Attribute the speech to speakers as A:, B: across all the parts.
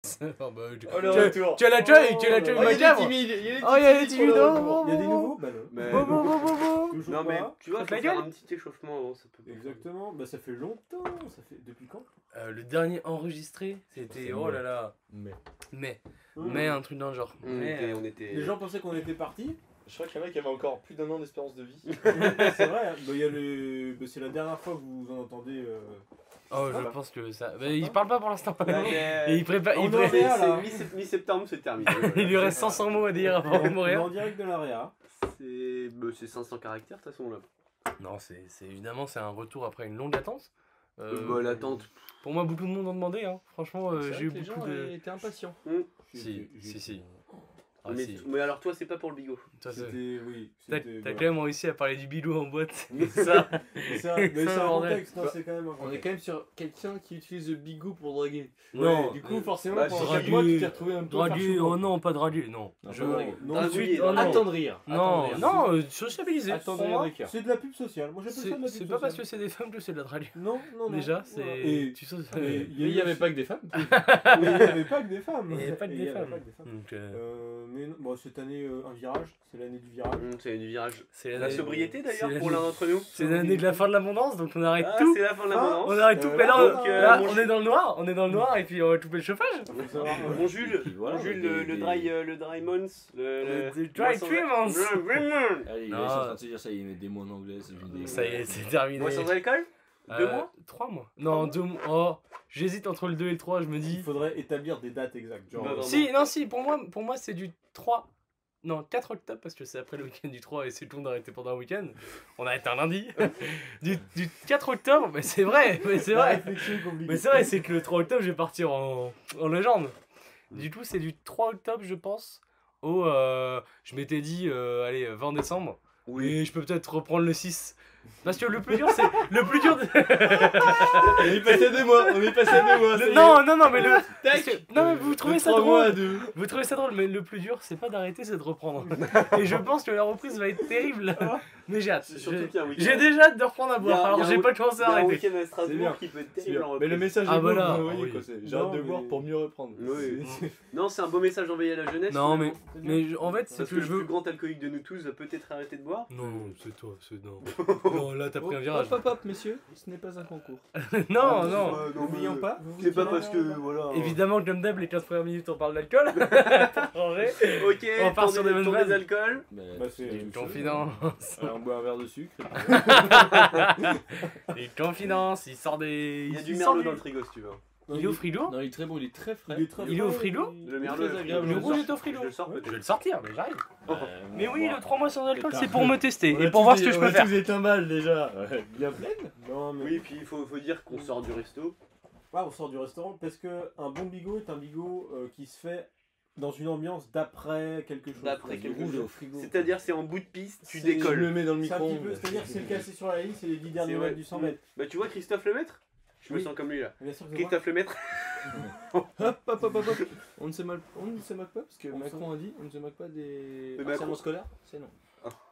A: Non, bah, je-
B: Oh, le
A: Tu-
B: retour.
A: tu l'as tué, tu l'as tué,
B: Oh, il y a
A: ma
B: des
A: chèvre.
B: timides, il y a des
A: Oh, il y a des
B: timides pour le
A: timides,
B: retour.
A: oh,
C: Il y a des nouveaux Bah non.
D: Mais-
A: Bon, bon, bon, bon, bon.
C: Toujours
D: Non, mais
C: pas.
D: tu vois,
A: Faut
D: faut
A: la
D: faire
A: gueule.
D: un petit échauffement avant, ça peut pas.
C: Exactement. Bah ça fait longtemps. Ça fait depuis quand
A: Euh, le dernier enregistré, c'était.
E: C'est
A: Oh là là.
E: Mais.
A: Mais.
C: Hein
A: Mais un truc d'un genre.
D: On
A: Mais,
D: était-
A: euh,
D: on était.
C: Les gens pensaient qu'on était partis.
B: Je crois que le mec avait encore plus d'un an d'espérance de vie.
C: c'est vrai. hein. Bah, il y a le- bah, c'est la dernière fois que vous en entendez. euh,
A: Oh, je pense que ça. Bah, il parle pas pour l'instant.
D: Non,
A: Et
D: mais-
A: il prépare.
C: On
A: Il,
C: en
A: pré-
D: C'est-
C: est là,
D: c'est
C: là.
D: mi-sept- Mi-septembre, c'est terminé. voilà.
A: il lui reste 500 mots à dire avant de
C: on est
A: mourir.
C: en direct de l'AREA.
D: C'est bah, c'est 500 caractères, de toute façon, là.
A: Non, c'est c'est- évidemment, c'est un retour après une longue attente. Euh,
D: Bah, L'attente.
A: Pour moi, beaucoup de monde en demandait. Hein. Franchement, euh,
E: C'est vrai
A: j'ai eu
E: que les
A: beaucoup
E: gens
A: de.
E: étaient impatients.
C: J'ai-
A: Si,
C: j'ai-
A: si,
C: j'ai-
A: si. Ah,
D: Mais
A: si.
D: mais alors, toi, c'est pas pour le bigot.
A: Toi, c'est-
C: C'était oui.
A: T'as
C: c'était-
A: t'as
C: voilà.
A: quand même réussi à parler du bilou en boîte. ça.
C: Mais c'est un- mais c'est
A: Ça,
C: un
A: bordel.
C: contexte. non, C'est quand même un
E: On est
C: contexte.
E: quand même sur quelqu'un qui utilise le bigot pour draguer.
A: Non.
C: Du coup forcément
D: Bah,
C: pendant
A: c'est
C: quatre
A: du-
C: mois, tu t'es retrouvé un peu
A: Dragu,
C: farchouillé.
A: oh non, pas dragu, non.
C: Non,
A: Je-
C: pas dragué.
A: non, tout de
C: Non,
D: dragué,
A: suite, oh non.
E: Attendrir.
A: Non,
E: Attendrir.
A: non, euh, sociabiliser.
E: Attendrir
A: Pour moi,
E: avec cœur.
C: C'est de la pub sociale. Moi j'appelle ça de
A: C'est
C: la
A: c'est
C: pub
A: pas parce
C: sociale.
A: que c'est des femmes que c'est de la drague.
C: Non, non, non.
A: Déjà,
C: Voilà.
A: c'est.
C: Et-
A: Tu sais.
C: et
A: euh,
C: Il
E: Mais il n'y avait
C: aussi-
E: pas que des femmes.
C: Mais il n'y avait pas que des femmes.
A: Il n'y avait pas que
C: Et
A: des
C: il y avait
A: femmes.
C: pas que des femmes.
A: Donc, euh,
C: Euh, mais non, bon, cette année, euh, un virage. C'est l'année du virage.
D: Hum, C'est du virage.
A: Mmh, c'est
D: La
A: l'année-
D: sobriété, d'ailleurs,
A: c'est
D: pour l'un
A: l'année-
D: d'entre nous.
A: C'est l'année de la fin de l'abondance, donc on arrête
D: Ah,
A: tout. Hein
D: c'est la fin de la
C: Ah,
D: balance.
A: On arrête tout,
C: Euh,
A: mais là,
C: là,
A: on-
C: donc,
D: euh,
A: là,
D: mon
A: on
D: Ju-
A: est dans le noir, on est dans le noir et puis on va couper le chauffage.
C: Faut savoir, euh,
D: Bon Jules,
E: Puis voilà,
D: bon, Jules
E: des-
D: le, le
E: des-
D: dry euh, le dry months, le,
A: Le- le dry three months.
D: Le vraiment.
E: Allez, il est
A: Non.
E: en train de se dire ça, il met des mots en anglais. c'est une idée.
A: Ça y est, c'est terminé.
D: Moi sans alcool Deux
A: Euh,
D: mois
A: Trois mois. Non, deux mois. Oh, j'hésite entre le 2 et le 3, je me
C: Il
A: dis.
C: faudrait établir des dates exactes. Genre,
D: Bah,
C: euh,
D: vraiment.
A: Si, non, si, pour moi, pour moi c'est du 3. Non, 4 octobre parce que c'est après le week-end du 3 et c'est long d'arrêter pendant un week-end. On arrête un lundi. du, du 4 octobre, mais c'est vrai, mais c'est
C: la
A: vrai.
C: réflexion est compliquée.
A: Mais c'est vrai, c'est que le 3 octobre, je vais partir en, en légende. Du coup, c'est du 3 octobre, je pense, au. euh, je m'étais dit, euh, allez, 20 décembre. Oui. Et je peux peut-être reprendre le 6. Parce que le plus dur, c'est. Le plus dur. de-
B: On est passé à deux mois, on est passé à deux mois. ça y est.
A: Non, non, non, mais le. parce
B: Tac.
A: que- non, mais vous
B: De
A: trouvez ça
B: trois mois à
A: drôle.
B: deux.
A: Vous trouvez ça drôle, mais le plus dur, c'est pas d'arrêter, c'est de reprendre. Et je pense que la reprise va être terrible. Mais j'ai hâte.
D: C'est
A: Je-
D: Surtout qu'il y a un week-end.
A: J'ai déjà hâte de reprendre à
D: Il y
A: boire,
D: a-
A: alors
D: il y a
A: j'ai
D: un
A: pas commencé
D: il y
A: à
D: a un
A: arrêter.
D: week-end à
B: C'est
D: Strasbourg
B: bien.
D: qui peut être
B: C'est
D: terrible
B: bien.
D: en
B: Mais le
D: reprise.
B: message est
A: Ah,
B: bon,
A: voilà.
B: vous voyez
A: Ah, oui.
B: quoi c'est. J'ai
C: Non,
B: hâte de
C: mais-
B: boire pour mieux reprendre.
D: Oui.
B: C'est-
D: Non, c'est un beau message envoyé à la jeunesse.
A: Non, mais,
D: finalement.
A: mais je- en fait, c'est
D: Parce
A: que,
D: que le
A: je veux.
D: plus grand alcoolique de nous tous va peut-être arrêter de boire.
A: Non, c'est toi, c'est non. non, là, t'as pris un virage.
E: Hop,
D: Oh,
E: hop, hop, messieurs, ce n'est pas un concours.
A: Non,
C: Ah,
A: non.
D: Euh, non, mais-
C: N'oublions pas.
D: C'est pas parce que voilà.
A: Évidemment, comme d'hab, les 15 premières minutes, on parle d'alcool. Pour changer.
D: Ok,
A: On part
D: tour
A: sur
D: des-
A: des bonnes
D: tour
A: bases.
D: des alcools.
C: Bah, c'est-
E: Des
A: Confidence.
C: Alors, on boit un verre de sucre. et puis-
A: Les confidences, il sort des.
D: Il y a du
A: sort
D: merlot dans le frigo si tu veux.
A: Il est au frigo
E: Non, il est très bon, il est très frais.
C: Il est très
A: Il est au
C: frais,
A: frigo
C: il-
D: Le merlot.
E: très
D: le-
E: agréable.
D: je
A: Le
D: le
A: rouge
D: sors.
A: est au frigo.
D: Je le sors
A: Je vais
D: peut-être.
A: le sortir, mais j'arrive.
E: Euh,
A: Mais
E: bon,
A: oui,
E: bon.
A: le 3 mois sans alcool,
E: Putain.
A: c'est pour me tester
C: On a
A: et pour
C: tous
A: voir ce
C: des-
A: que je
C: on
A: peux
C: a
A: faire.
C: tous des timbales déjà. Ouais, Bien pleine. Non, mais
D: Oui, puis il faut, faut dire qu'on sort du resto.
C: Ouais, on sort du restaurant parce que un bon bigot est un bigot euh, qui se fait dans une ambiance d'après quelque chose.
D: D'après
C: Du
D: quelque
C: rouge
D: chose.
C: au frigo.
D: C'est-à-dire, c'est en bout de piste, tu
C: C'est-
D: décolles.
C: je
E: mets dans le
C: C'est un petit peu, c'est-à-dire que c'est le cassé sur la ligne, c'est les 10 derniers
D: vrai.
C: mètres du 100 mètres.
D: Bah tu vois Christophe Lemaître Je me
C: Oui.
D: sens comme lui là.
C: Bien sûr que c'est
D: Christophe Lemaître
E: Hop, hop, hop, hop, hop. On ne se moque, on ne se moque pas parce que
C: On
E: Macron a dit on ne se moque pas des
D: Mais
E: harcèlement
D: Macron-
E: scolaire. C'est non.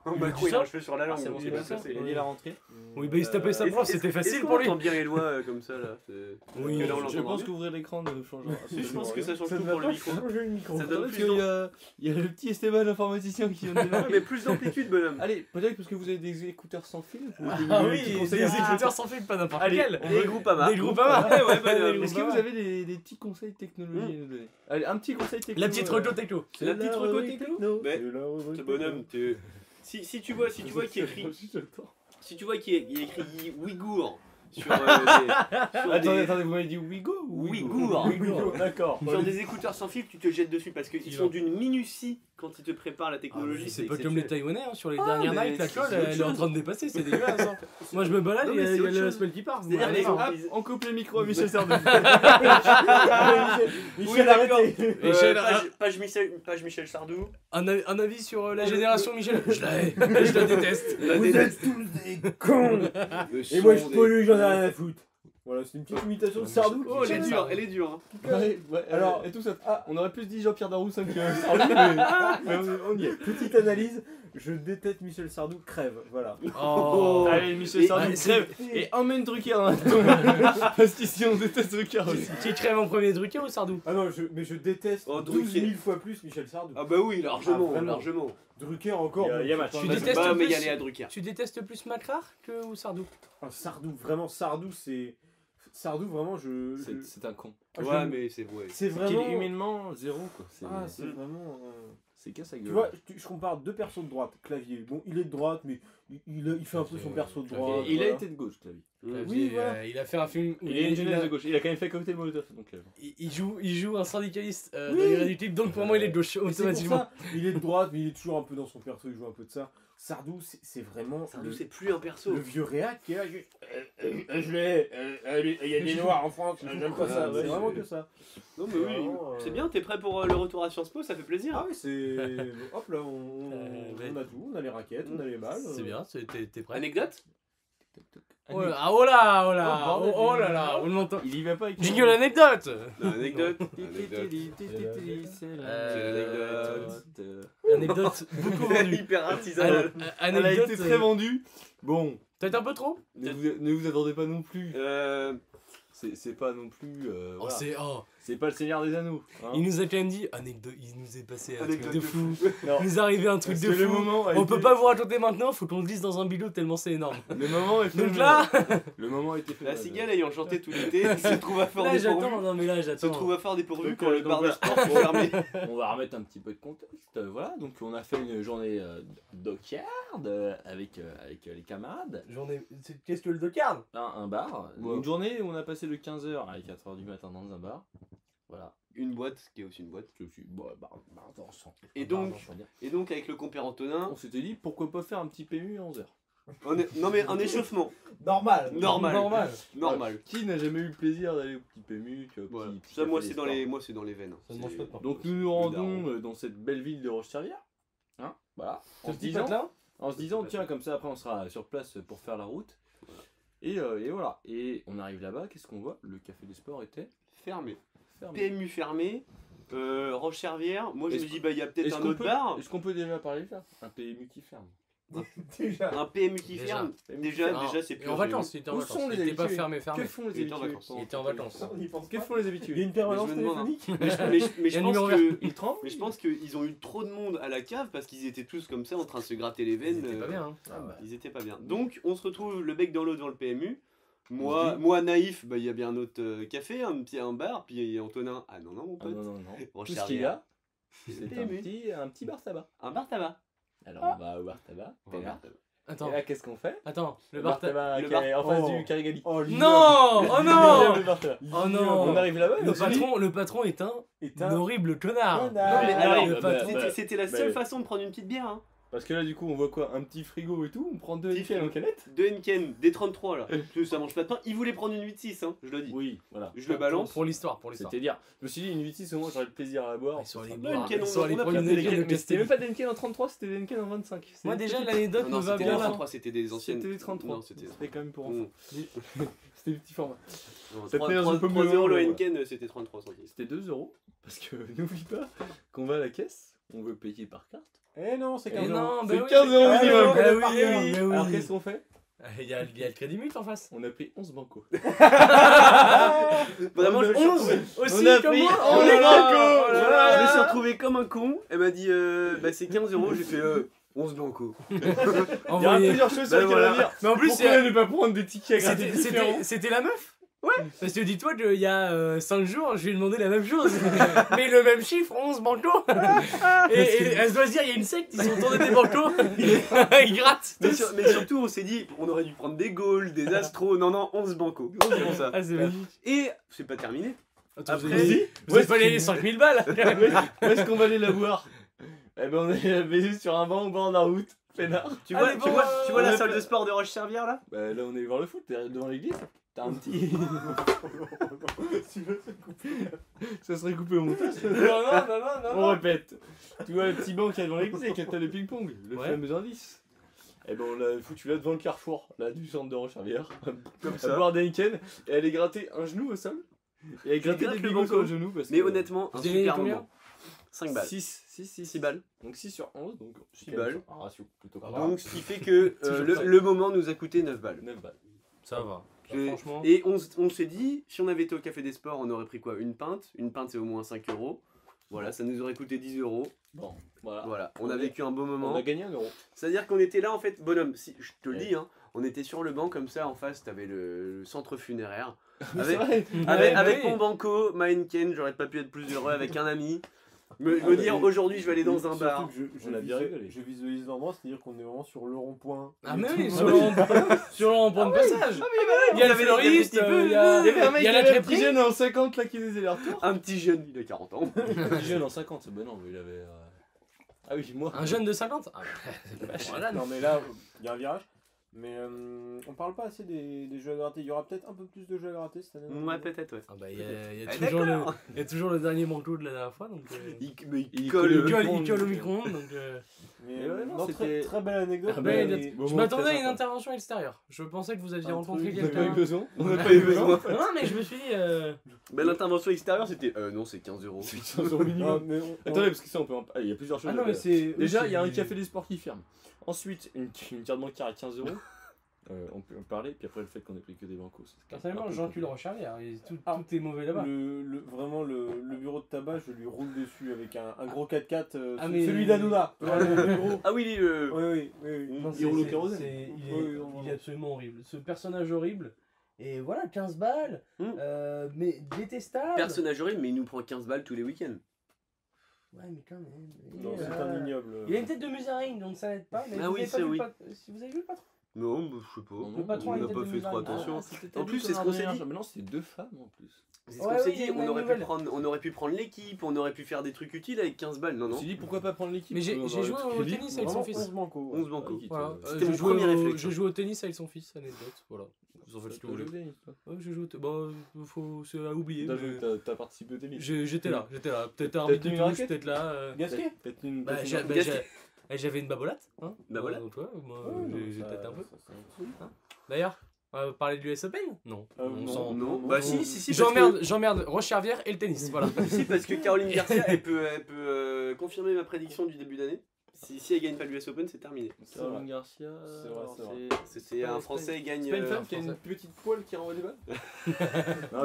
D: Macron
A: tu
D: il a
A: sors
D: un cheveu sur la langue.
E: C'est
D: donc
E: bon,
D: il
E: c'est
D: va
E: pas
D: se
E: ça.
D: casser.
E: Il est la rentrée.
A: Oui, bah il se tapait sa
E: Euh,
A: prof,
D: Est-ce-
A: c'était
D: est-ce-
A: facile
D: est-ce qu'on
A: pour lui.
D: entend bien les lois euh, comme ça là. c'est-
A: Oui,
D: Parce que là, on
E: Je
D: l'entend
E: pense
D: bien.
E: qu'ouvrir l'écran ne changera.
D: Je pense que
E: absolument
D: ça change tout pour le micro.
C: micro.
D: Ça
E: rien.
D: donne
E: Parce
D: plus
E: qu'il y
D: d'amplitude.
E: a- Il y a le petit Esteban l'informaticien qui vient de
D: Ouais,
E: débarquer.
D: Ah, Mais plus d'amplitude, bonhomme.
E: Allez, peut-être parce que vous avez des écouteurs sans fil. vous pouvez
A: Ah
E: nous
A: oui,
E: petits
A: des
E: conseils.
A: écouteurs sans fil, pas n'importe
D: Allez,
A: quel.
D: on veut le groupe Ama.
A: Des groupes à main.
D: ouais, bonhomme.
E: Est-ce que vous avez des, des petits conseils technologie à nous donner Allez, un petit conseil technologie.
A: La petite reco techno.
D: La petite reco techno Mais,
C: Ce
D: ce bonhomme, t'es- Si, si tu vois, si tu vois qu'il écrit, si tu vois qu'il y a- il y a écrit Ouïghour sur, euh, des- sur
E: Attendez,
D: des,
E: attendez, vous m'avez dit Ouigo ou
D: Ouïghour.
C: D'accord.
D: sur des écouteurs sans fil, tu te jettes dessus parce qu'ils
A: Il
D: sont
A: va.
D: d'une minutie quand ils te préparent
C: Ah,
D: la technologie.
A: Ah C'est pas comme les Taïwanais hein, sur les dernières
E: mais
A: nights, la
E: c'est
A: colle,
E: autre
A: elle est en
E: chose.
A: train de dépasser, c'est dégueulasse. hein. Moi je me balade,
D: Non,
A: il y a,
D: mais c'est
A: il y a
D: autre
A: le
D: chose.
A: spell qui part.
D: C'est-à-dire,
A: Allez,
D: les
A: hop.
D: gens-
E: Hop, on coupe les micros à Michel Sardou.
D: Ah,
C: Michel, arrêtez.
D: Euh,
A: Michel,
D: page, page Michel, page Michel Sardou.
A: Un, avis- un avis sur euh, la génération Michel Je la hais, je la déteste.
D: La
C: Vous
D: déteste.
C: êtes tous des cons.
D: Le
C: Et
D: son
C: moi je
D: des-
C: pollue, j'en ai rien à foutre. Voilà, c'est une petite imitation de Sardou.
D: Oh, elle est
A: Michel
D: dure,
A: Sardou.
D: elle est dure. hein.
E: Ouais, ouais, euh,
C: Alors-
E: alors, et tout ça. Ah, on aurait plus dit Jean-Pierre Daroussin que Sardou, mais, mais on, on y est.
C: Petite analyse, Je déteste Michel Sardou, crève, voilà.
A: Oh.
E: Allez, Michel
A: Et-
E: Sardou,
A: et-
E: crève Et emmène Drucker dans la tombe Parce qu'ici on déteste Drucker aussi.
A: Qui crève en premier hein, Drucker ou Sardou
C: Ah non, je, mais je déteste
D: Oh,
C: 12
D: Drucker.
C: 000 fois plus Michel Sardou.
D: Ah bah oui, largement,
C: Ah, vraiment.
D: largement.
C: Drucker encore.
E: Y a-
C: bon,
E: y a
C: c'est
E: match.
C: pas
A: Tu
C: un-
A: détestes
D: Bah,
A: plus
D: mais y aller à Drucker.
A: Tu détestes plus Macrar que ou Sardou
C: Ah, Sardou, vraiment Sardou, c'est Sardou, vraiment je.
E: C'est
C: je-
E: c'est un con.
C: ah, je-
D: Ouais, mais c'est vrai.
C: C'est
E: Qu'il est
C: vraiment.
E: humainement zéro quoi. C'est-
C: Ah, c'est
D: Mm.
C: vraiment. euh,
E: C'est qu'à sa
C: Tu
E: gueule.
C: vois, tu- je compare deux persos de droite. Clavier, bon, il est de droite, mais il, il, il fait un peu son perso de
E: Et
C: droite.
E: il a
C: voilà.
E: été de gauche, Clavier.
A: Vas-y,
C: voilà.
A: euh, Il a fait un film où
E: Il est une
A: il, a-
E: jeunesse de gauche. Il a quand même fait cocktail Molotov donc. euh,
A: il- il joue, il joue un syndicaliste euh,
C: Oui.
A: dans l'irréductible, donc pour moi il est de gauche
C: Mais c'est pour
A: automatiquement.
C: ça, Il est de droite, mais il est toujours un peu dans son perso, il joue un peu de ça. Sardou, c'est c'est vraiment
D: Sardou,
C: le,
D: c'est plus un perso.
C: le vieux réac qui est là. juste,
B: je l'ai. Il y a des noirs en France.
E: Ah,
B: J'aime
C: Pas ça,
D: ouais,
C: c'est vraiment
D: je-
C: que ça.
D: Non, mais oui.
C: Vraiment, euh,
D: C'est bien, t'es prêt pour euh, le retour à Sciences Po, ça fait plaisir.
C: Ah oui, c'est. Hop là, on,
A: Euh,
C: on
A: ouais.
C: a tout, on a les raquettes, on a les balles. euh,
A: C'est bien, c'est- t'es t'es prêt.
D: Anecdote
A: Oh là, ah, oh là, oh
E: Oh,
A: là, oh,
E: bordel,
A: oh
E: il-
A: là là, on l'entend.
E: Il y va pas avec.
A: Jingle anecdote
D: Anecdote.
E: Euh,
A: Anecdote beaucoup vendue.
D: Hyper
A: An-
D: artisanal.
E: Elle a
A: Anecdote
E: été très
A: euh,
E: vendue. Bon,
A: Peut-être un peu trop
E: ne vous, ne vous attendez pas non plus.
D: Euh,
E: C'est c'est pas non plus. euh,
A: Oh,
E: voilà.
A: c'est. Oh.
E: C'est pas le Seigneur des Anneaux. hein.
A: Il nous a quand même dit anecdote, il nous est passé un
D: Anecdote
A: truc de
D: de
A: fou.
E: Non.
A: Il nous est arrivé un truc
E: Parce
A: de
E: que le
A: fou.
E: moment. a
A: On
E: été-
A: peut pas vous raconter maintenant, faut qu'on le dise dans un bilot tellement c'est énorme.
E: Le moment est
A: Donc
E: fait.
A: là,
E: le moment a été fait.
D: la cigale ayant chanté tout l'été se trouve à faire
A: là j'attends,
D: dépourvue.
A: non mais là
D: Se
A: j'attends.
D: trouve à faire dépourvu
E: Donc,
D: quand
E: euh,
D: le bar
E: donc,
D: des sports est fermé.
E: On va remettre un petit peu de contexte. euh, Voilà, donc on a fait une journée euh, dockyard euh, avec, euh, avec euh, les camarades.
A: J'en ai. c'est- Qu'est-ce que le docard
E: Un, un bar.
D: Ouais.
E: Une journée où on a passé de 15h à 4h du matin dans un bar. Voilà.
D: Une boîte, qui est aussi une boîte.
E: Je suis. Bon, bah, bar, bar dansant.
D: Et
E: Bar
D: donc,
E: dansant, bien.
D: Et donc, avec le compère Antonin,
E: on s'était dit pourquoi pas faire un petit PMU à 11h.
D: on est- non mais un échauffement.
B: Normal.
D: Normal.
A: Normal.
D: Normal.
E: Qui n'a jamais eu le plaisir d'aller au petit PMU tu vois,
D: Voilà.
E: petit- petit
D: Ça, moi,
E: café
D: c'est dans
E: des
D: les,
E: sports.
D: moi, c'est dans les veines.
A: Ça ne mange pas de pain.
E: Donc nous nous
D: daron.
E: rendons euh, dans cette belle ville de Roche-Servière. Hein Voilà. En se disant,
A: là
E: en se disant tiens, comme ça, après, on sera sur place pour faire la route. Et, euh, et voilà. Et on arrive là-bas, qu'est-ce qu'on voit Le café des sports était
D: Fermé.
E: fermé.
D: PMU fermé. Euh, Roche Servière. Moi, je
E: Est-ce
D: me dis bah il y a peut-être
E: Est-ce
D: un
E: qu'on
D: autre
E: peut,
D: bar.
E: est-ce qu'on peut déjà parler de ça Un PMU qui ferme.
B: Déjà.
D: Un PMU qui
A: Déjà.
D: ferme. Déjà, déjà, c'est plus.
A: En vacances, il était en
E: Où
A: vacances.
E: sont les
A: Il était pas
E: habitués
A: fermé, fermé.
E: Que font les
D: Il était en
E: habitués
D: vacances.
A: Il était en vacances.
B: On y pense
E: Que
B: pas.
E: font les
C: Il y a
E: habitués
C: une permanence
D: Mais je me demande, hein.
C: téléphonique
D: Mais je, mais je- mais je
A: Il y a un
D: pense
A: numéro
D: que.
E: Ils tremblent
D: Mais je pense qu'ils ont eu trop de monde à la cave parce qu'ils étaient tous comme ça en train de se gratter les veines.
A: C'était pas
D: euh,
A: bien. hein.
D: Ils étaient pas bien. Donc, on se retrouve le bec dans l'eau devant le PMU. Moi, moi naïf, bah, il y a bien un autre euh, café, un petit un bar, puis Antonin. Ah non, non, mon
E: Ah
D: pote.
E: non, non, non.
D: Bon,
E: Tout ce
D: Charlie,
E: qu'il y a, c'est
D: C'est
E: un
D: PMU.
E: petit, un petit bar tabac.
D: Un bar tabac.
E: Alors
D: Ah.
E: on va au bar tabac.
D: Un
E: T'es
D: bar
E: là.
D: tabac.
E: Et
A: Attends,
E: là, qu'est-ce qu'on fait
A: attends, le bar tabac.
E: tabac
D: le
E: qui
D: bar-
E: est en face
C: Oh.
E: du Carigali.
C: Oh, l'ignoble.
A: Non Oh non
E: Le bar tabac.
A: Oh non
E: On arrive là-bas,
A: Le
E: on se dit-
A: patron, le patron est un,
C: Et t'as-
A: horrible connard.
B: Connard.
D: Non, mais
E: Ah,
D: alors,
E: bah,
A: le
E: bah,
A: patron.
E: bah,
D: C'était- C'était la
E: bah,
D: seule
E: bah.
D: façon de prendre une petite bière. Hein.
E: Parce que là, du coup, on voit quoi Un petit frigo et tout On prend deux
D: Petit
E: Eiffel en
D: frigo.
E: canette
D: De Henken, des 33 là. Parce que ça mange pas de pain. Il voulait prendre une 8-6, hein, je le dis.
E: Oui, voilà.
D: Je le balance.
A: Pour l'histoire, pour l'histoire.
E: C'était dire. Je me suis dit, une 8 au moins, j'aurais le plaisir à la boire.
A: Ils sont allés
D: Duncan,
A: boire,
D: on-
A: ils sont allés
D: on a
A: prendre
D: pris
A: une
D: des
A: bière,
E: Mais
A: mais
E: c'était même
A: c'était-
E: pas Denken en 33, c'était Denken en 25.
A: Moi déjà l'anecdote
D: Non,
A: me
D: non,
A: va
D: c'était les
A: bien là.
D: 33, c'était des anciennes.
E: C'était les 33.
D: Non, c'était.
E: C'était quand même pour
A: Mmh.
E: enfants.
D: Bon,
E: C'était le petit format.
D: non,
E: Ça
D: 3
E: tenait dans une pomme de
D: 3 euros le
E: voilà.
D: Henken, c'était 33 centimes.
E: C'était 2 euros. Parce que n'oublie pas qu'on va à la caisse, on veut payer par carte.
C: Eh non, c'est
A: Eh
C: qu'un an.
A: non, bah
E: C'est
A: oui,
E: 15 euros
A: c'est-
E: minimum.
A: Bah oui,
C: Par
A: eh oui,
C: contre.
A: mais oui.
E: Alors qu'est-ce qu'on fait
A: Il y a il y a le crédit mut en face.
E: On a pris 11 bancos.
A: Euh, bah,
D: Vraiment, je me suis retrouvé.
A: Aussi
E: a
A: comme
E: pris-
A: moi
E: Oh
A: on
E: là
A: est
E: là,
A: banco,
E: oh
A: voilà.
E: là là.
D: Je me suis retrouvé comme un con. Elle m'a dit euh, bah, c'est 15 euros. J'ai fait euh, 11 banco.
E: Il y a
A: Envoyé.
E: plusieurs choses sur
D: Ben
E: lesquelles
D: voilà.
E: à dire.
A: Mais en plus
E: Pourquoi
A: c'est-
E: ne pas prendre des tickets à
A: c'était-
E: gratter différents
A: c'était c'était la meuf Ouais Parce que dis-toi qu'il y a 5 jours, je lui ai demandé la même chose. mais le même chiffre, 11 bancos. et, et elle se doit se dire, il y a une secte, ils sont autour des bancos. ils grattent.
D: Mais, sur- mais surtout, on s'est dit on aurait dû prendre des Gauls, des Astros. Non, non, 11 banco. C'est comme ça.
A: Ah, c'est magnifique.
D: Et c'est pas terminé. Après-
A: Vous avez- vous avez pas les 5000 balles.
E: Où est-ce- où est-ce qu'on va aller la voir Eh ben on allait la baiser sur un banc au bord de la route, peinard.
D: Tu vois,
A: Allez,
D: tu
A: bon,
D: vois,
A: euh,
D: tu vois
E: on
D: la
E: a
D: salle
E: fait-
D: de sport de Roche Servière là
E: Bah là on est allé voir le foot, derrière- devant l'église. T'as un petit. ça serait coupé au montage.
A: Non, non, non, non,
E: On répète. Tu vois le petit banc qu'il y a devant l'église avec un tas de ping-pong, le
A: Ouais.
E: fameux indice. Eh ben on l'a foutu là devant le carrefour, là du centre de Roche-Rivière,
D: Comme
E: à
D: ça.
E: boire des Heineken, et elle est grattée un genou au sol. Et elle gratté
D: gratte
E: des
D: le
E: pingos
D: banco.
E: sur le genou parce
D: Mais
E: que-
D: honnêtement, un
A: Vous avez
D: super
A: combien
D: moment. 5 balles.
E: 6, 6, 6,
D: 6 balles.
E: Donc 6 sur 11, donc
D: Six balles.
E: Un ratio plutôt
C: Ah,
E: correct.
D: Donc ce qui fait que euh, le, le moment nous a coûté 9 balles.
E: 9 balles.
A: Ça va.
D: Je-
A: Franchement.
D: Et on, s- on s'est dit, si on avait été au Café des Sports, on aurait pris quoi Une pinte Une pinte c'est au moins 5 euros. Voilà, ça nous aurait coûté 10 euros.
E: Bon, voilà.
D: Voilà, on a
E: on est-
D: vécu un beau
E: On a
D: moment.
E: gagné un euro.
D: C'est-à-dire qu'on était là en fait, bonhomme, si, je te le
E: Ouais.
D: dis, hein, on était sur le banc comme ça, en face t'avais le, le centre funéraire.
E: C'est
D: Avec,
E: vrai.
D: avec,
A: Ouais,
D: avec
A: ouais.
D: mon banco, ma Heineken, j'aurais pas pu être plus heureux avec un ami. Me, me dire aujourd'hui je vais aller dans un
C: Surtout
D: bar.
C: que Je, je
E: On a bien
C: visu-
E: rigolé.
C: je visualise vraiment, c'est-à-dire qu'on est vraiment sur le rond-point.
A: Ah,
C: Il y
A: mais
C: a
A: oui,
C: tout-
A: sur le rond- sur le
E: Ah,
A: rond-point de
D: Ah
A: passage. Il y a le
D: Il y avait- il y avait des
A: fleuriste,
D: petits
A: euh,
D: bœufs.
A: il y a
E: Il y avait un mec
A: il y a
E: qui
A: la
E: avait
A: crêperie.
E: pris jeune en 50 là qui les les retours.
D: Un petit jeune, il a 40 ans.
E: jeune en 50, ben non, mais il avait. euh, Ah oui, moi.
A: Un jeune de 50 Ah,
C: Voilà, non mais là, il y a un virage. Mais euh, on parle pas assez des, des jeux à gratter. Il y aura peut-être un peu plus de jeux à gratter cette année.
D: Ouais, peut-être, ouais.
A: Ah bah, il y a, il y a
D: Ah,
A: toujours le,
D: d'accord.
A: il y a toujours le dernier manteau de la dernière fois, donc... euh,
D: Il, mais il
E: Il
D: colle,
E: colle
A: il
E: le
A: colle-
E: micro-ondes.
A: il colle au micro-ondes, donc... euh,
C: Mais
E: Mais ouais,
C: euh,
E: non,
C: non,
E: c'était-
C: très, très belle anecdote.
E: ben,
A: Ah,
C: mais-
A: belle anecdote.
C: mais-
A: Je m'attendais à une intervention extérieure. Je pensais que vous aviez rencontré
E: On n'a pas eu
A: quelqu'un...
E: besoin.
D: On n'a pas eu besoin.
A: Non, mais je me suis dit... euh,
D: Mais l'intervention extérieure, c'était. Euh, non, c'est 15 euros.
E: C'est 15 euros
C: Ah,
E: minimum.
C: mais on- on-
E: Attendez, parce que ça, on peut. en- Ah, Il y a plusieurs choses.
C: Ah
E: à
C: non, mais
E: faire.
C: c'est.
E: Déjà, il y a un café des sports qui ferme. Ensuite, une, une carte bancaire à 15 euros. Euh, on peut en parler. Puis après, le fait qu'on ait pris que des bancos. c'est quand même un
A: Personnellement,
E: peu
A: Jean-Cul
E: compliqué.
A: Rochard, tout,
C: Ah.
A: tout est mauvais là-bas.
C: Le, le- vraiment, le, le bureau de tabac, je lui roule dessus avec un, un gros 4x4. euh,
A: Ah,
C: ce-
A: mais-
C: Celui d'Anouna. Ouais, le plus gros.
D: Ah oui, euh,
C: Oui, oui, oui. oui.
A: Non, c'est-
E: Il roule au
A: c'est-
E: kérosène.
A: c'est- Il, est,
C: Oui, oui, on-
A: il est absolument horrible. Ce personnage horrible. Et voilà, 15 balles.
D: Hmm.
A: euh, mais détestable.
D: personnage horrible, mais il nous prend 15 balles tous les week-ends.
A: Ouais, mais quand même. il
C: Non,
A: est,
C: c'est
A: euh,
C: un ignoble.
A: Il a une tête de musaraigne, donc ça n'aide pas. Mais
D: Ah
A: vous
D: oui,
A: avez pas
D: ça,
A: vu
D: oui.
A: le pat- Si vous avez vu le patron
D: Non, bah, je sais pas.
E: Non,
A: Le patron
D: on
A: a une
D: n'a
A: tête
D: pas
A: de
D: fait trop
A: musaraigne.
D: attention.
E: Ah, c'était ta
D: En
E: vie
D: plus,
E: qu'on
D: c'est ce qu'on s'est
E: avait
D: dit.
E: un- Mais non, c'est deux femmes en plus.
D: C'est ce
A: Ouais,
D: qu'on s'est
A: oui,
D: dit,
A: il y en a
D: on
A: une
D: aurait, pu
A: nouvelle.
D: prendre, on aurait pu prendre l'équipe, on aurait pu faire des trucs utiles avec 15 balles. Non,
E: Je me
D: non.
E: suis dit pourquoi pas prendre l'équipe
A: Mais j'ai-
E: euh,
C: bah,
A: j'ai joué
E: parce
A: au
E: que l'équipe,
A: tennis
E: on
A: avec son
E: vraiment-
A: fils.
C: On se manque, ouais.
D: 11
E: Ah,
D: banco.
E: l'équipe,
A: Voilà,
E: euh,
A: euh,
D: C'était
A: je
D: mon
A: joue
D: premier
A: au-
D: réflexe.
A: Je joue au tennis avec son fils, anecdote. Voilà. Vous en faites ce que vous
E: T'as
A: voulez.
E: joué, toi
A: Ouais, je joue au tennis. Bah, faut... c'est à oublier.
E: T'as
A: mais-
E: joué- T'as t'as participé au tennis
A: J'ai- J'étais là, j'étais là. Peut-être arbitre
E: tenu
A: de touche,
E: une raquette
A: peut-être là. euh,
C: Gasquet
E: T'as tenu une-
A: Bah,
E: t'as
A: j'a-
E: tenu
A: bah,
D: Gasquet.
A: j'a- eh, j'avais une babolate. Hein
D: Babolate.
A: Donc, ouais, moi,
C: Ouais, Ah, non,
A: j'ai- j'ai
C: ça-
A: peut-être un peu.
C: ça- ça-
A: D'ailleurs, on va parler de l'US Open Non.
C: Euh,
A: on
C: non.
A: s'en-
D: Non, bah
C: non.
D: si, si, si. parce
A: J'emmerde, j'emmerde Roche-Servière et le tennis, voilà.
D: que- si, parce que Caroline Garcia, elle peut, elle peut euh, confirmer ma prédiction du début d'année. Si, si elle gagne pas l'US Open, c'est terminé.
A: Ah,
E: une- Caroline Garcia.
C: C'est vrai, c'est vrai.
E: alors,
D: C'est- C'est
E: pas
D: un
E: l'Espagne.
D: Français
E: C'est
D: gagne.
E: pas une
D: euh,
E: femme qui a une
A: Français.
E: petite poêle qui renvoie des balles Non,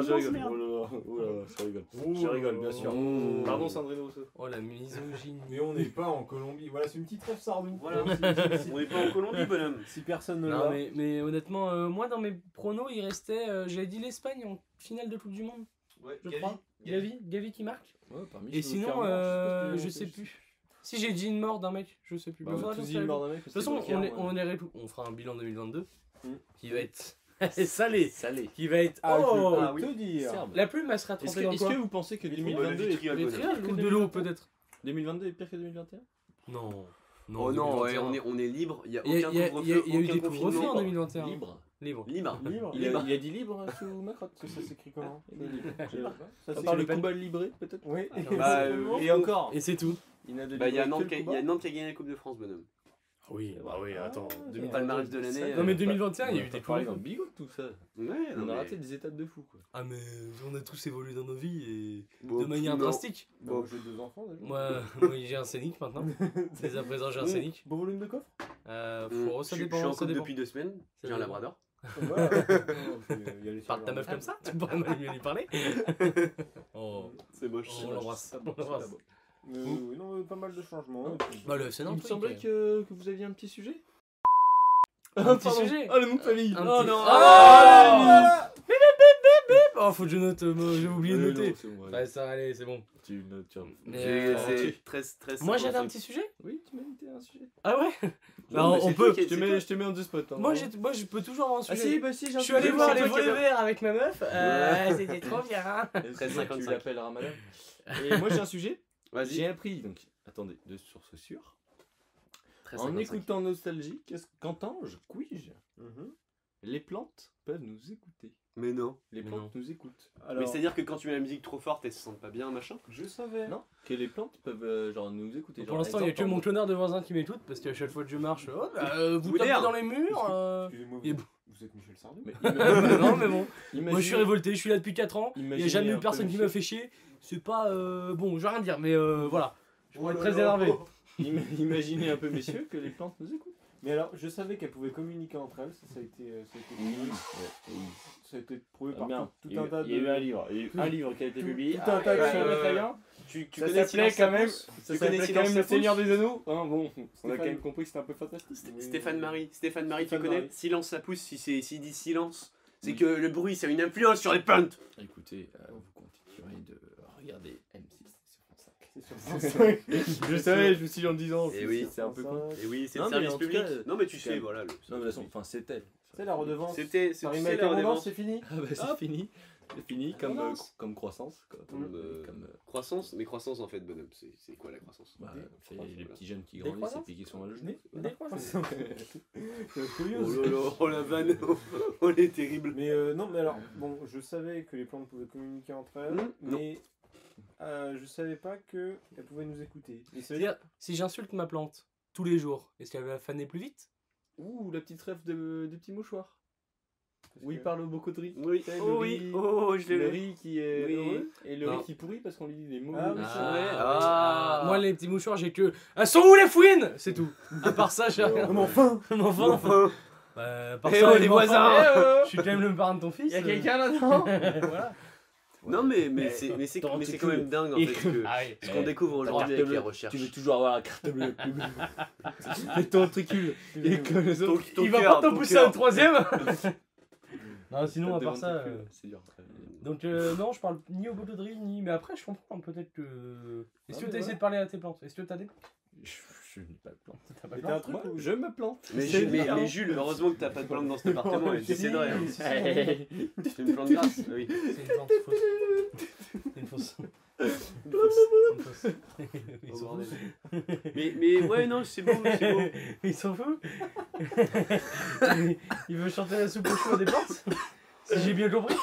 E: je
D: Non,
E: rigole.
D: merde.
E: Oh là là, oh là là, je rigole.
C: Ouh.
E: Je rigole, bien sûr.
D: Oh.
E: Pardon, Sandrine Rousseau.
A: Oh la misogynie.
C: Mais on n'est pas en Colombie. Voilà, c'est une petite rêve sardou.
D: Voilà, c'est- c'est- on n'est pas en Colombie, bonhomme.
C: Si personne ne
A: Non
C: l'a.
A: mais, mais honnêtement, euh, moi dans mes pronos, il restait, euh, j'avais dit l'Espagne en finale de Coupe du Monde,
D: Ouais,
A: je
D: Gavi.
A: crois. Gavi, Gavi qui marque.
E: Ouais, parmi
A: Et
E: ceux
A: sinon,
E: Fermor,
A: euh,
E: je
A: je
E: sais
A: sais
E: pas si tu l'as
A: plus. Si j'ai dit une mort d'un mec, je sais plus.
E: Bah,
A: Mais
E: on
A: faudra
E: a tous
A: tous
E: dit
A: la-
E: mort d'un mec,
A: De toute façon, on, est, on, est rétou- on fera un bilan 2022
C: Mm.
A: qui va être salé,
E: salé.
A: qui va être
C: Ah,
A: oh,
C: je
D: ah
C: peux
D: oui.
C: te dire.
A: la plume elle sera
E: Est-ce
A: trempée
E: que,
A: dans
E: est-ce que
A: quoi
E: vous pensez que
D: Le
E: 2022 est,
D: vitriol,
E: est
D: bonhomme.
E: pire que
A: Ou de l'eau
E: 2021?
A: peut-être
E: 2022 est pire que 2021
A: Non.
D: Oh non, ouais,
A: 2021.
D: on est, on est libre, il n'y a
A: Il y a,
D: aucun
A: il y a- il y a-
D: couvre-feu,
A: il y a eu
D: aucun
A: des
D: confinement.
A: couvre-feux en 2021.
E: Libre.
A: Libre.
D: Libre.
C: Libre.
E: Il, a,
D: Libre.
E: il a dit libre hein, sous Macron.
C: Que ça s'écrit comment
E: Il a dit libre.
C: Je- Ça
E: À
C: s'écrit
E: part le
C: comment
E: combat libré, peut-être
C: Oui.
D: Bah, euh,
E: Et encore
A: Et c'est tout.
E: Ah, Il n'a de
D: Bah, il y a
E: libré que
D: Nantes qui a
E: le
D: il y a Nantes qui a gagné la Coupe de France, bonhomme.
A: Oui,
E: bah oui, attends, Bah,
C: c'est vrai.
D: Palmarès de l'année.
A: Ah. Non mais
D: euh,
A: 2021, il y a eu
E: T'as
A: des
E: parlé
A: coups.
E: dans le bigot de tout ça.
D: Ouais, non,
E: On a
D: mais-
E: raté des étapes de fou, quoi.
A: Ah mais on a tous évolué dans nos vies et
D: Bon,
A: de manière
D: non.
A: drastique.
C: Bah, moi,
D: Bon,
C: J'ai deux enfants déjà.
A: Moi, moi, j'ai un scénic maintenant. Dès à présent j'ai un
C: Oui.
A: scénic.
C: Beau volume de coffre
A: Euh,
D: hum,
A: faut-
D: je
A: ça
D: je
A: dépend,
D: suis en
A: ça
D: couple
A: dépend.
D: depuis deux semaines,
A: Ça
D: j'ai un
A: dépend.
D: labrador.
C: Voilà. Non, puis, euh, il y a les
A: Parle de ta meuf comme
C: serveurs.
A: ça, tu pourrais mal lui parler. oh,
D: C'est moche.
A: on l'embrasse. on l'embrasse.
C: Mais, euh, oui, non, euh, pas mal de changements. et puis-
A: Bah le c'est
E: Il
A: Nantes.
E: me
A: oui,
E: semblait
A: qui-
E: que, que vous aviez un petit sujet.
A: Un petit
E: Pardon.
A: sujet.
E: Ah, le nom de famille
A: Un
E: Oh
A: petit-
E: non
A: Ah, Oh faut que je note, euh, j'ai oublié de
E: Euh,
A: noter.
E: non, c'est bon,
A: Bah
E: allez.
A: ça allez, c'est bon.
E: Tu notes, tiens.
A: Mais,
D: C'est-
A: euh,
D: C'est très, très.
A: Moi j'avais un petit sujet
E: Oui, tu m'as noté un sujet.
A: Ah ouais
D: Non, mais
A: on
D: c'est
A: peut,
D: toi qui-
E: Je te
D: c'est
E: mets,
D: toi-
E: je te mets en deux spots. hein.
A: moi, j'ai- moi je peux toujours avoir un
E: Ah
A: sujet.
E: si, bah si, j'ai un
A: Je suis allé
E: sujet,
A: voir
E: c'est
A: les
E: toi qui
A: volets
E: as-
A: verts avec ma meuf. Euh, C'était trop bien. hein.
E: C'est ça que Tu
D: 13,55.
E: l'appelleras madame. Et moi j'ai un sujet. J'ai
D: Vas-y.
E: appris, donc, attendez, de sources sûres.
D: Très
E: En
D: 55.
E: écoutant Nostalgie, qu'est-ce qu'entends-je Couis-je
C: Mhm.
E: Les plantes peuvent nous écouter.
D: Mais non.
E: Les
A: Mais
E: plantes nous écoutent.
D: Mais
C: Alors,
D: c'est-à-dire que quand tu mets la musique trop forte, elles se sentent pas bien, machin.
C: je savais.
E: Non Que les plantes peuvent euh, genre nous écouter.
A: Pour l'instant, il n'y a que mon clonard de voisin qui m'écoute parce qu'à chaque fois que je marche, oh, bah, euh, vous tapez
D: Ouvert.
A: dans les murs. euh.
C: Excusez-moi,
A: il est
C: vous, vous êtes Michel Sardou
A: non, mais bon, moi je suis révolté, je suis là depuis 4 ans. Il n'y a
E: Imaginez
A: jamais
E: un
A: eu personne
E: peu
A: qui
E: le
A: m'a fait chier. C'est pas. euh, Bon, je vais rien dire, mais euh, voilà. Je pourrais être très énervé.
E: Im- Imaginez un peu, messieurs, que les plantes nous écoutent.
C: Mais alors, je savais qu'elles pouvaient communiquer entre elles, ça, ça a été, euh, ça a été, prouvé. Ça a été prouvé
E: Ah,
C: par
E: merde.
C: tout,
E: Il y
C: tout
E: a
C: un
E: eu-
C: tas
E: il y a eu un
C: de.
E: livre, il y a eu un livre qui a été
C: tout-
E: publié.
C: tout un tas de-
E: Ah, ouais, ouais, ouais.
A: euh,
D: Tu, tu
E: Ça
D: connais
E: s'appelait
D: Silence
E: quand
D: ça
E: même,
D: pousse
E: ça
D: Tu connais
E: s'appelait quand
D: Silence
E: même
D: ça
E: Le
D: pousse
E: Seigneur des Anneaux. Hein, bon, on a
C: Stéphane-
E: quand même compris que c'était un peu fantastique.
D: Sté-
C: Mais-
D: Stéphane Marie, Stéphane Marie, tu
C: Stéphane
D: connais
C: Marie.
D: Silence ça pousse, si c'est s'il dit silence, c'est que le bruit ça a une influence sur les plantes.
E: Écoutez, euh, vous continuerez de regarder M6 sur France 5.
C: C'est sur ça.
E: Je savais, je me suis dit en disant.
D: Eh oui,
E: c'est un peu con.
D: Et oui, c'est
E: Non,
D: le
E: mais
D: service
E: en tout
D: public.
E: cas, euh,
D: non mais tu
E: quand
D: sais,
E: même.
D: voilà. le-
E: Non, mais de toute façon, enfin, c'est elle.
C: C'est la redevance.
D: C'était,
C: Ça
D: c'est
C: rime
D: c'est
C: avec
D: la
C: abondance,
D: redevance.
C: c'est fini.
E: Ah bah, c'est fini. C'est fini comme, euh, comme croissance. quoi, Comme,
D: Mm.
E: euh, comme, euh,
D: Croissance, mais croissance en fait, bonhomme, c'est c'est quoi la croissance
E: bah, c'est
D: croissances,
E: les
D: voilà.
E: petits jeunes qui grandissent et puis qui sont mal logés.
D: Oh là là, oh la vanne, oh les terribles.
C: Mais euh, non, mais alors, bon, je savais que les plantes pouvaient communiquer entre elles,
E: Mmh,
D: Mm, non.
C: mais euh, je savais pas qu'elles pouvaient nous écouter. Et ça veut dire.
A: C'est-à-dire, si j'insulte ma plante tous les jours, est-ce qu'elle va faner plus vite
E: Ouh, la petite rêve de, des petits mouchoirs.
C: parce
E: Où il
C: que-
E: parle au bocoterie.
D: Oui,
E: C'est
D: oh
E: le
D: oui,
E: riz.
D: oh je
E: Le
D: l'ai
E: riz qui est
D: Oui.
E: heureux et le
A: Non.
E: riz qui pourrit parce qu'on lui dit des mots.
C: Ah oui,
D: Ah, ouais. Ah.
A: Moi, les petits mouchoirs, j'ai que. Ah, sont où les fouines C'est tout. À part ça, j'ai rien.
C: Non, mais enfin
A: Mon enfant.
D: Enfin,
A: Bah, à part
D: Eh
A: ça,
D: oh,
A: les
D: les
A: voisins.
D: voisins.
A: Je suis quand même le parrain de ton fils.
E: Y'a
A: euh.
E: quelqu'un là-dedans
A: Voilà.
D: Non mais, mais
A: Mais
D: c'est mais c'est
A: t'en
D: mais c'est
A: t'en
D: quand même dingue en
E: Et
D: fait ce que-
A: Ah oui.
D: ce qu'on
E: Eh,
D: découvre
E: ta
D: aujourd'hui
E: carte
D: avec les
E: bleue,
D: recherches.
E: Tu veux toujours avoir la carte bleue. Fais ton trucule. Et comme les autres.
D: Ton- ton
A: Il va
D: cœur,
A: pas t'en
D: ton
A: pousser
D: cœur.
A: un troisième Non, sinon, à part ça. euh,
E: C'est dur.
A: Donc, euh, non, je parle ni au bout de drill, ni. Mais après, je comprends hein, peut-être que. Est-ce que
E: mais
A: t'as essayé
E: voilà.
A: de parler à tes plantes Est-ce que t'as des plantes
E: Je, je n'ai pas de plante.
A: T'as pas de
C: Mais
A: plantes
C: t'as un truc
E: Moi,
C: où.
E: je me plante.
D: Mais,
E: C'est
D: Jules- mais-
E: bien.
D: mais Jules, heureusement que t'as pas de plante dans cet appartement, elle
C: Si,
D: décéderait. hein.
C: si, si,
E: Hey.
D: C'est une plante grasse, oui.
A: C'est une plante fausse. C'est une fausse. Une fausse. Une fausse. Ils
D: Oh,
A: sont
D: bordel.
A: fous.
D: Mais, mais ouais, non, c'est beau, mais c'est beau.
A: Ils sont fous Il veut chanter la soupe au chou à des plantes Si j'ai bien compris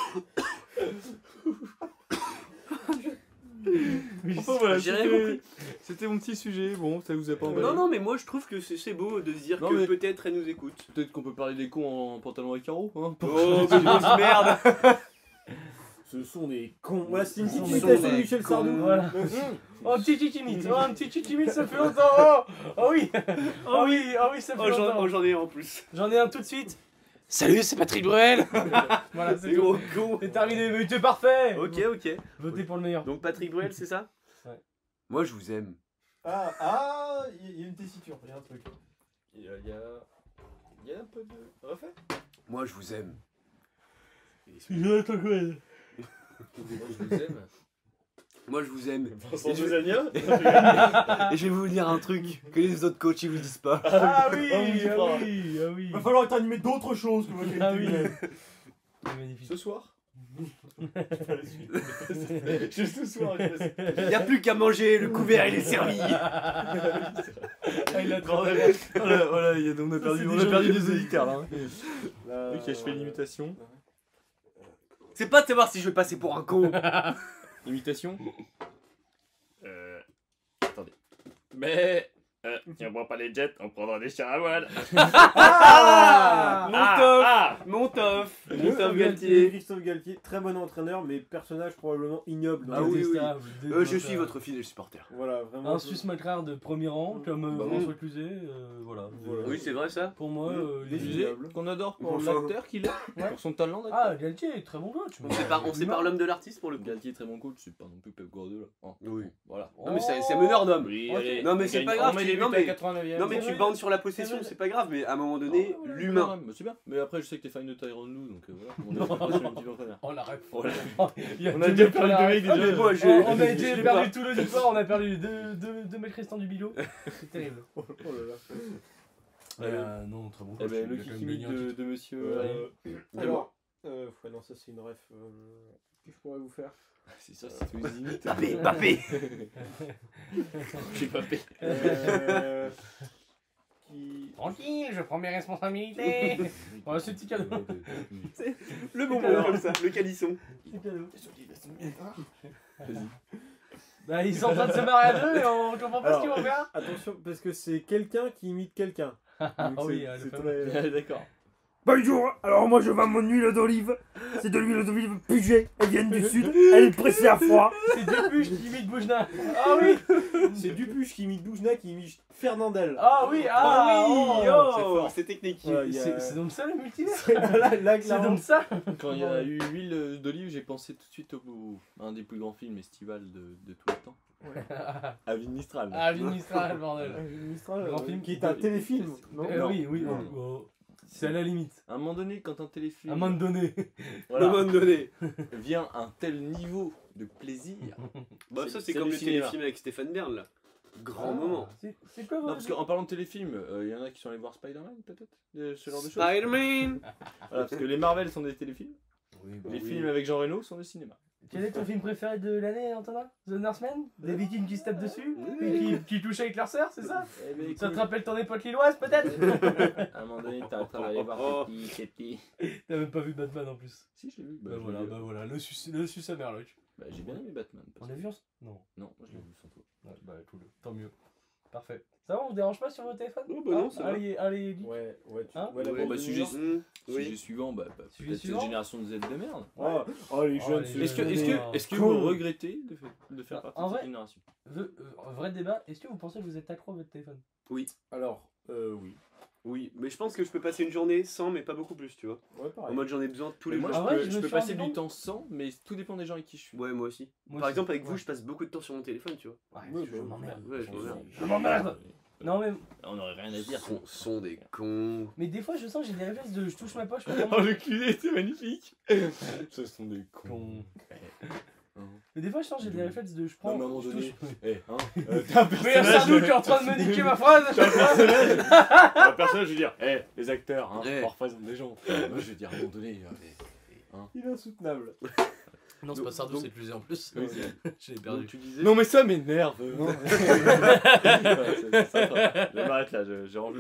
A: Mais
E: Enfin bah, voilà,
D: J'ai rien
E: c'était- c'était mon petit sujet. Bon, ça vous a pas
A: bah,
E: emballé.
D: Non, non, mais moi je trouve que c'est c'est beau de se dire
E: Non,
D: que
E: mais-
D: peut-être elle nous écoute.
E: Peut-être qu'on peut parler des cons en pantalon à carreaux. Hein
D: Oh, grosse merde
C: Ce sont des cons. Voilà, c'est une
D: Ce
C: petite
D: sont
C: imitation de
D: des
C: Michel
D: cons.
C: Sardou.
A: Voilà. Oh, un petit chichimite, oh, un petit chichimite, ça fait longtemps. Oh, oh oui, oh oui, oh oui, ça fait
D: Oh, j'en
A: longtemps.
D: oh, j'en ai un en plus.
A: J'en ai un tout de suite. Salut, c'est Patrick Bruel. voilà,
D: C'est
A: c'est tout.
D: gros con.
A: C'est terminé, mais t'es parfait.
D: Ok, ok.
A: Votez pour le meilleur.
D: Donc Patrick Bruel, c'est ça
A: Ouais.
D: Moi je vous aime.
C: Ah, ah, il y a une tessiture, il y a un truc.
E: Il y a, il y a- il y a un peu de refait.
D: Moi je vous aime.
E: Moi, je vous aime.
D: Moi je vous aime.
E: Vincent Zania
D: Et je vais vous dire un truc que les autres coachs ils vous disent pas.
A: Ah oui,
C: Ah oui,
A: ah oui, ah oui.
C: Il va falloir être animé d'autres choses que moi qui ai
A: Ah
C: été
A: oui.
C: humaine.
A: C'est magnifique.
E: Ce soir
A: C'est
E: Juste ce soir, je passe-
D: Y a plus qu'à manger, le couvert il est servi.
A: Ah, il a trop
E: Voilà, voilà, il y a- on a perdu,
C: c'est
E: on
C: déjà
E: a perdu
C: le
E: des auditeurs là.
C: Là,
E: Ok, je fais une imitation.
D: C'est pas de savoir si je vais passer pour un con.
E: Imitation Euh. Attendez. Mais. Euh, si on prend pas les jets, on prendra des chars à voile.
D: Mon teuf Mon teuf Mon teuf Galtier
C: Christophe Galtier, très bon entraîneur, mais personnage probablement ignoble. dans
D: Ah
C: le
D: oui,
C: destin.
D: Euh, Je suis votre fidèle supporter.
C: Voilà, vraiment.
A: Un sus macrard de premier rang, comme euh,
D: Bah,
A: François Cluzet, euh, voilà.
C: Voilà.
D: Oui, c'est vrai ça
A: Pour moi, euh, il est-
E: qu'on adore pour
D: Enfin.
E: l'acteur qu'il est,
A: Ouais.
E: pour son talent d'acteur.
A: Ah, Galtier, très bon coach.
D: On sépare, on sépare l'homme de l'artiste pour le coup.
E: Galtier est très bon coach, c'est pas non plus Pep Guardiola. Oh,
D: Oui.
E: voilà.
D: Non mais ça, ça m'énerve d'homme.
E: Oui,
A: Ok.
E: allez,
D: Non, mais
E: on
D: c'est
E: gagne.
D: pas grave,
E: On met
D: tu-
E: les buts
D: non,
E: à
D: mais-
E: 89e.
D: Non mais
A: C'est
D: tu
A: vrai.
D: bandes sur la possession, c'est pas grave, mais à un moment donné,
E: Oh, ouais,
D: l'humain.
E: ouais, ouais, C'est bien. Mais après, je sais que t'es fan de Tyrone Lou, donc euh, voilà. On est- on est sur le petit entraîneur.
A: Oh la ref.
E: Voilà.
A: Il y a
E: On a
A: deux
E: déjà
A: mecs
E: parlé
A: à la
E: de
A: ref.
E: mec déjà.
D: Mais moi,
A: Oh,
D: je-
A: on a
D: je
A: été
D: l'ai
A: perdu tout l'auditoire, on a perdu deux, deux, deux mecs restants du bilot. C'est terrible.
C: Oh là là.
A: Euh, non, très bon
E: Eh
A: coach.
E: ben,
A: il
E: le
A: a quand même
E: kikimi
A: gagné un
E: de,
A: titre.
E: de monsieur.
A: Ouais.
E: euh,
D: pas.
C: Alors, euh, ouais, non, ça c'est une ref euh, que je pourrais vous faire.
E: C'est ça, c'est tous les imites.
D: Papé, papé
E: Je suis papé.
C: Euh, qui...
A: Tranquille, je prends mes responsabilités. On va se petit cadeau.
D: Le bonbon comme ça, le calisson.
A: Bah, ils sont en train de se marier à deux et on comprend pas ce qu'ils vont faire.
C: Attention, parce que c'est quelqu'un qui imite quelqu'un. Donc,
A: Ah
C: c'est-
A: oui, euh,
C: c'est
A: le
C: très-
E: Vas-y. D'accord.
F: Bonjour, alors moi je vends mon huile d'olive. C'est de l'huile d'olive Puget. Elle vient du sud. Elle est pressée à froid.
A: C'est du bûche qui imite Boujna. Ah oui
C: C'est Dupuche qui imite Boujna qui imite Fernandel.
A: Ah oui Ah oui
D: C'est
A: oh.
D: fort, c'est technique.
C: Ouais, il y a-
A: C'est c'est donc ça le multivers
C: là, là,
A: C'est
C: clairement.
A: donc ça
E: Quand il y a eu l'huile euh, d'olive, j'ai pensé tout de suite au, à un des plus grands films estivals de, de tous les temps. Avis de Mistral.
A: Ah, Vinistral, bordel.
C: Mistral,
A: Grand
C: euh,
A: film qui
C: est un
A: te-
C: téléfilm. non
A: Euh, oui, oui.
E: Non.
A: oh, oh. C'est à la limite.
E: À un moment donné, quand un téléfilm
A: À un moment donné.
E: voilà,
D: Le moment donné.
E: vient à un tel niveau de plaisir.
D: Bah,
E: C'est-
D: ça, c'est
E: c'est
D: comme
E: du
D: le
E: cinéma.
D: téléfilm avec Stéphane Bern, là. Grand
A: Ah,
D: moment.
A: c'est- C'est quoi
E: Non,
A: votre-
E: parce qu'en parlant de téléfilm, euh, il y en a qui sont allés voir Spider-Man, peut-être de Ce genre de choses.
D: Spider-Man
A: Ah.
E: Voilà, parce que les Marvel sont des téléfilms,
A: bah.
E: les films avec Jean Reno sont des cinéma.
A: Quel est ton film préféré de l'année, Antonin The Northman Des vikings qui se tapent dessus Et qui, qui touchent avec leur sœur, c'est ça Ça te rappelle ton époque lilloise, peut-être
E: Eh ben, À un moment donné, t'as travaillé
D: Oh.
E: voir tes petits, tes petits.
A: T'as même pas vu Batman en plus.
E: Si, je l'ai vu.
A: Bah,
E: je l'ai
A: voilà,
E: vu.
A: bah voilà, le suce le suce à Merloc.
E: Bah, j'ai bien aimé Batman. parce
A: On
E: que-
A: l'a vu ensemble Non.
E: Non, je l'ai vu sans toi.
A: Ouais, bah cool, tant mieux. Parfait. Ça va, on vous dérange pas sur vos téléphones
D: Oh, bah non,
A: Ah,
D: ça va.
A: allez, allez, Guy.
C: Ouais, ouais, tu...
A: Hein
C: ouais, la
E: Ouais,
C: bande
E: bah,
C: de
E: sujet-
C: New York.
D: Mmh,
E: Sujet
D: Oui.
E: suivant, bah, bah,
A: Sujet
E: peut-être cette
A: suivant
E: génération de Z de merde.
C: Oh, oh, les
A: Oh,
C: jeunes,
A: les
C: se
E: Est-ce que, est-ce
C: donnent-
E: que, est-ce que
C: Cool.
E: vous regrettez de, fa- de faire
A: Bah,
E: partie
A: en
E: de cette
A: vrai-
E: génération
A: Ve- euh, vrai débat, est-ce que vous pensez que vous êtes accro à votre téléphone
C: Alors, euh, oui.
D: Oui, mais je pense que je peux passer une journée sans, mais pas beaucoup plus, tu vois.
C: Ouais,
D: En
C: pareil.
D: mode, j'en ai besoin tous
E: Mais
D: les
E: Moi,
D: jours.
E: je
A: Ah ouais,
E: peux,
A: je
E: je
A: me
E: peux
A: suis
E: passer
A: rendu
E: du
A: compte.
E: temps sans, mais tout dépend des gens avec qui je suis.
D: Ouais, moi aussi.
A: Moi
D: Par
A: aussi.
D: exemple, avec vous,
A: Ouais.
D: je passe beaucoup de temps sur mon téléphone, tu vois.
A: Ouais,
C: Ouais,
A: Ah, je
C: bah,
A: m'emmerde.
D: Ouais, je reviens.
A: Je m'emmerde Non, mais,
E: On aurait rien à dire.
D: Sont, sont des cons.
A: mais des fois, je sens que j'ai des réflexes de je touche ma poche.
E: Oh, le culé, c'est magnifique
C: Ah,
E: Ce sont des cons.
A: Bon.
E: Hein.
A: Mais des fois, je sens que j'ai des réflexes de je prends.
E: Non, mais à un moment
A: je
E: donné-
A: touche-
E: Eh, hein euh, T'as un
A: Mais un
E: personnage,
A: sardou qui est en train de me niquer ma phrase à chaque fois.
E: t'as un personnage, je veux dire, eh, les acteurs, hein,
D: Eh.
E: parfois ils sont des gens. Euh, Moi, je veux dire, à un moment donné, euh, eh,
C: Il est insoutenable.
A: Non,
D: c'est pas Sardou, c'est
A: plus en plus.
E: oui, c'est-
A: J'ai
D: Donc, tu disais.
E: Non mais ça m'énerve C'est- c'est sympa. Je m'arrête là, je- j'ai rendu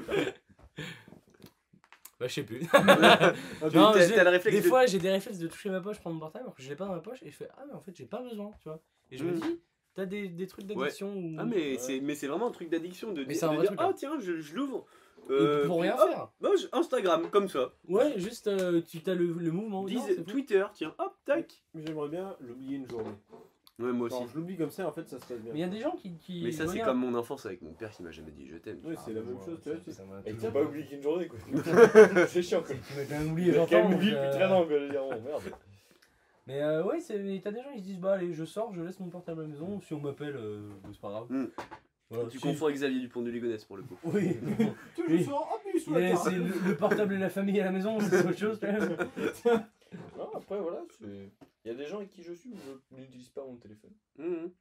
A: Bah, je sais plus.
D: tu-
A: Non,
D: Ah, t'as
A: j'ai-
D: t'as le réflexe
A: Des
D: de-
A: fois, j'ai des réflexes de toucher ma poche, prendre mon portable, alors que je l'ai pas dans ma poche, et je fais Ah, mais en fait, j'ai pas besoin, tu vois. Et je me
D: Mm.
A: dis, t'as des, des trucs d'addiction ou.
D: Ah, mais c'est mais c'est vraiment un truc d'addiction de,
A: Mais
D: di-
A: c'est un
D: de
A: vrai
D: dire
A: truc,
D: Ah,
A: hein.
D: tiens, je, je l'ouvre.
A: Et
D: Euh,
A: pour rien
D: hop,
A: faire.
D: bah, je- Instagram, comme ça.
A: Ouais, juste, euh, tu t'as le, le mouvement.
D: Dis-
A: Non, c'est tout.
D: Twitter, tiens, hop, tac.
C: Mais J'aimerais bien l'oublier une journée.
D: Ouais, moi
C: Quand
D: aussi.
C: je l'oublie comme ça, en fait, ça se passe bien.
A: Mais il y a des gens qui. qui
D: Mais ça, c'est
A: regardent.
D: comme mon enfance avec mon père qui m'a jamais dit je t'aime.
C: Ouais,
E: Ah,
C: c'est la même chose, tu vois. c'est-
E: Et t'as pas oublié qu'une journée quoi C'est chiant quoi
A: Tu m'as quand même oublié,
E: T'as quand
A: j'entends.
E: même
A: donc,
E: oublié depuis
A: euh,
E: très longtemps quoi, je veux dire, bon, merde
A: Mais euh, ouais, c'est- mais t'as des gens qui se disent Bah, allez, je sors, je laisse mon portable à la maison, si on m'appelle, euh, bah, c'est pas grave.
D: Mm.
A: Voilà,
D: Tu
A: Bah, si-
D: confonds avec Xavier Dupont de Ligonnès pour le coup.
A: Oui.
C: Tu
A: Oui.
C: le sens en plus,
A: Il est-
C: ouais,
A: c'est le, le portable et la famille à la maison, c'est autre chose quand même.
E: Non après voilà, c'est... Il y a des gens avec qui je suis où je n'utilise pas mon téléphone
D: Mhm.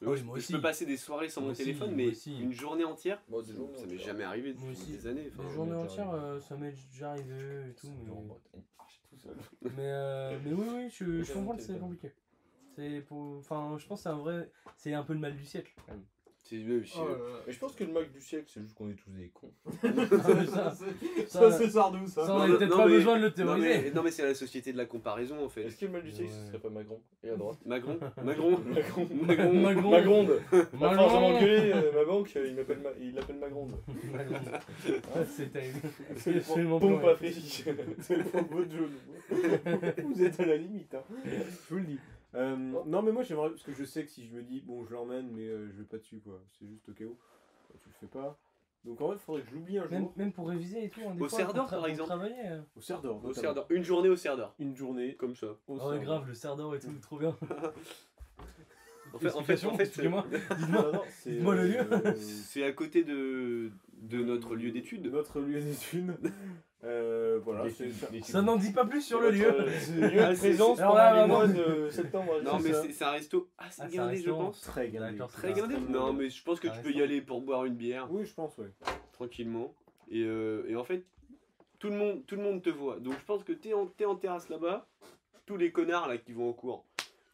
A: Oui,
D: je,
A: moi
D: je
A: aussi.
D: peux passer des soirées sans
A: Moi
D: mon
A: aussi,
D: téléphone,
A: moi
D: mais
A: aussi.
D: une journée entière,
E: Moi
D: ça m'est jamais arrivé
A: Moi
D: depuis
A: aussi.
D: des années. enfin.
A: Les journées
E: j'en ai
A: entières,
E: déjà
A: euh, ça m'est déjà arrivé et tout. Mais,
E: tout seul
A: mais, euh, mais oui, oui, je, je comprends que c'est
E: Téléphone.
A: compliqué. C'est pour. Enfin, je pense que c'est un vrai. C'est un peu le mal du siècle. quand même.
D: C'est- oui, oui, c'est-
C: Oh
E: Mais je pense que le Mac du siècle c'est juste qu'on est tous des cons
A: ça,
C: Ça, c'est Sardou, ça.
A: ça, on
D: Non,
A: avait peut-être
D: non,
A: pas
D: mais-
A: besoin de le
D: Non
A: théoriser.
D: mais, non, mais c'est la société de la comparaison en fait.
E: Est-ce que le Mac du siècle
A: Ouais.
E: ce serait pas Macron Et à droite
D: Macron Macron
E: Macron
D: Macron
A: Magron.
E: Magronde Ma
A: Magron.
E: force à m'engueuler, euh, ma banque, euh, il m'appelle Ma- il l'appelle Magronde.
A: Magron. Ah, c'est terrible. C'est
E: le
A: absolument
E: Pompe
A: pas
E: à
A: vrai.
E: friche.
C: C'est pour votre jeu. Vous êtes à la limite, hein. je vous le dis. Euh, non, mais moi j'aimerais, parce que je sais que si je me dis, bon, je l'emmène, mais euh, je vais pas dessus, quoi. C'est juste au cas où. Bah, tu le fais pas. Donc en vrai, faudrait que je l'oublie un jour.
A: Même, même pour réviser et tout. On est
D: Au
A: pas-
D: Cerf d'Or,
A: on tra-
D: par
A: on
D: exemple.
A: travaillait, euh.
C: Au Cerf d'Or.
D: Au
C: notamment.
D: Cerf d'Or. Une journée au Cerf d'or.
C: Une journée.
D: Comme ça.
C: Au
A: Ah ouais,
C: Cerf d'Or.
A: grave, le Cerf d'Or et tout, trop bien.
D: En fait- en fait- en fait, euh, c'est-
A: moi
C: Non, non, c'est,
A: Dites-moi le lieu.
C: euh,
D: C'est à côté de, de notre lieu d'étude.
C: Notre lieu d'études. Euh, voilà, c'est ça.
A: Ça n'en dit pas plus sur le
D: euh,
A: lieu.
D: Ah,
E: Lieu de présence
A: Alors là,
E: pendant les
A: maman.
E: mois de septembre.
D: Non
E: c'est
D: mais
E: ça.
D: c'est c'est un resto assez
A: Ah, c'est un
D: guindé je
A: restaurant.
D: pense.
C: hein, Très gardé.
A: D'accord, c'est
D: Très
A: un
D: guindé
A: restaurant.
D: Non mais je pense que
A: Un
D: tu peux y
A: restaurant.
D: aller pour boire une bière
C: Oui, je pense, ouais.
D: tranquillement. Et, euh, et en fait, tout le, monde, tout le monde te voit. Donc je pense que t'es en, t'es en terrasse là-bas, tous les connards là qui vont en cours.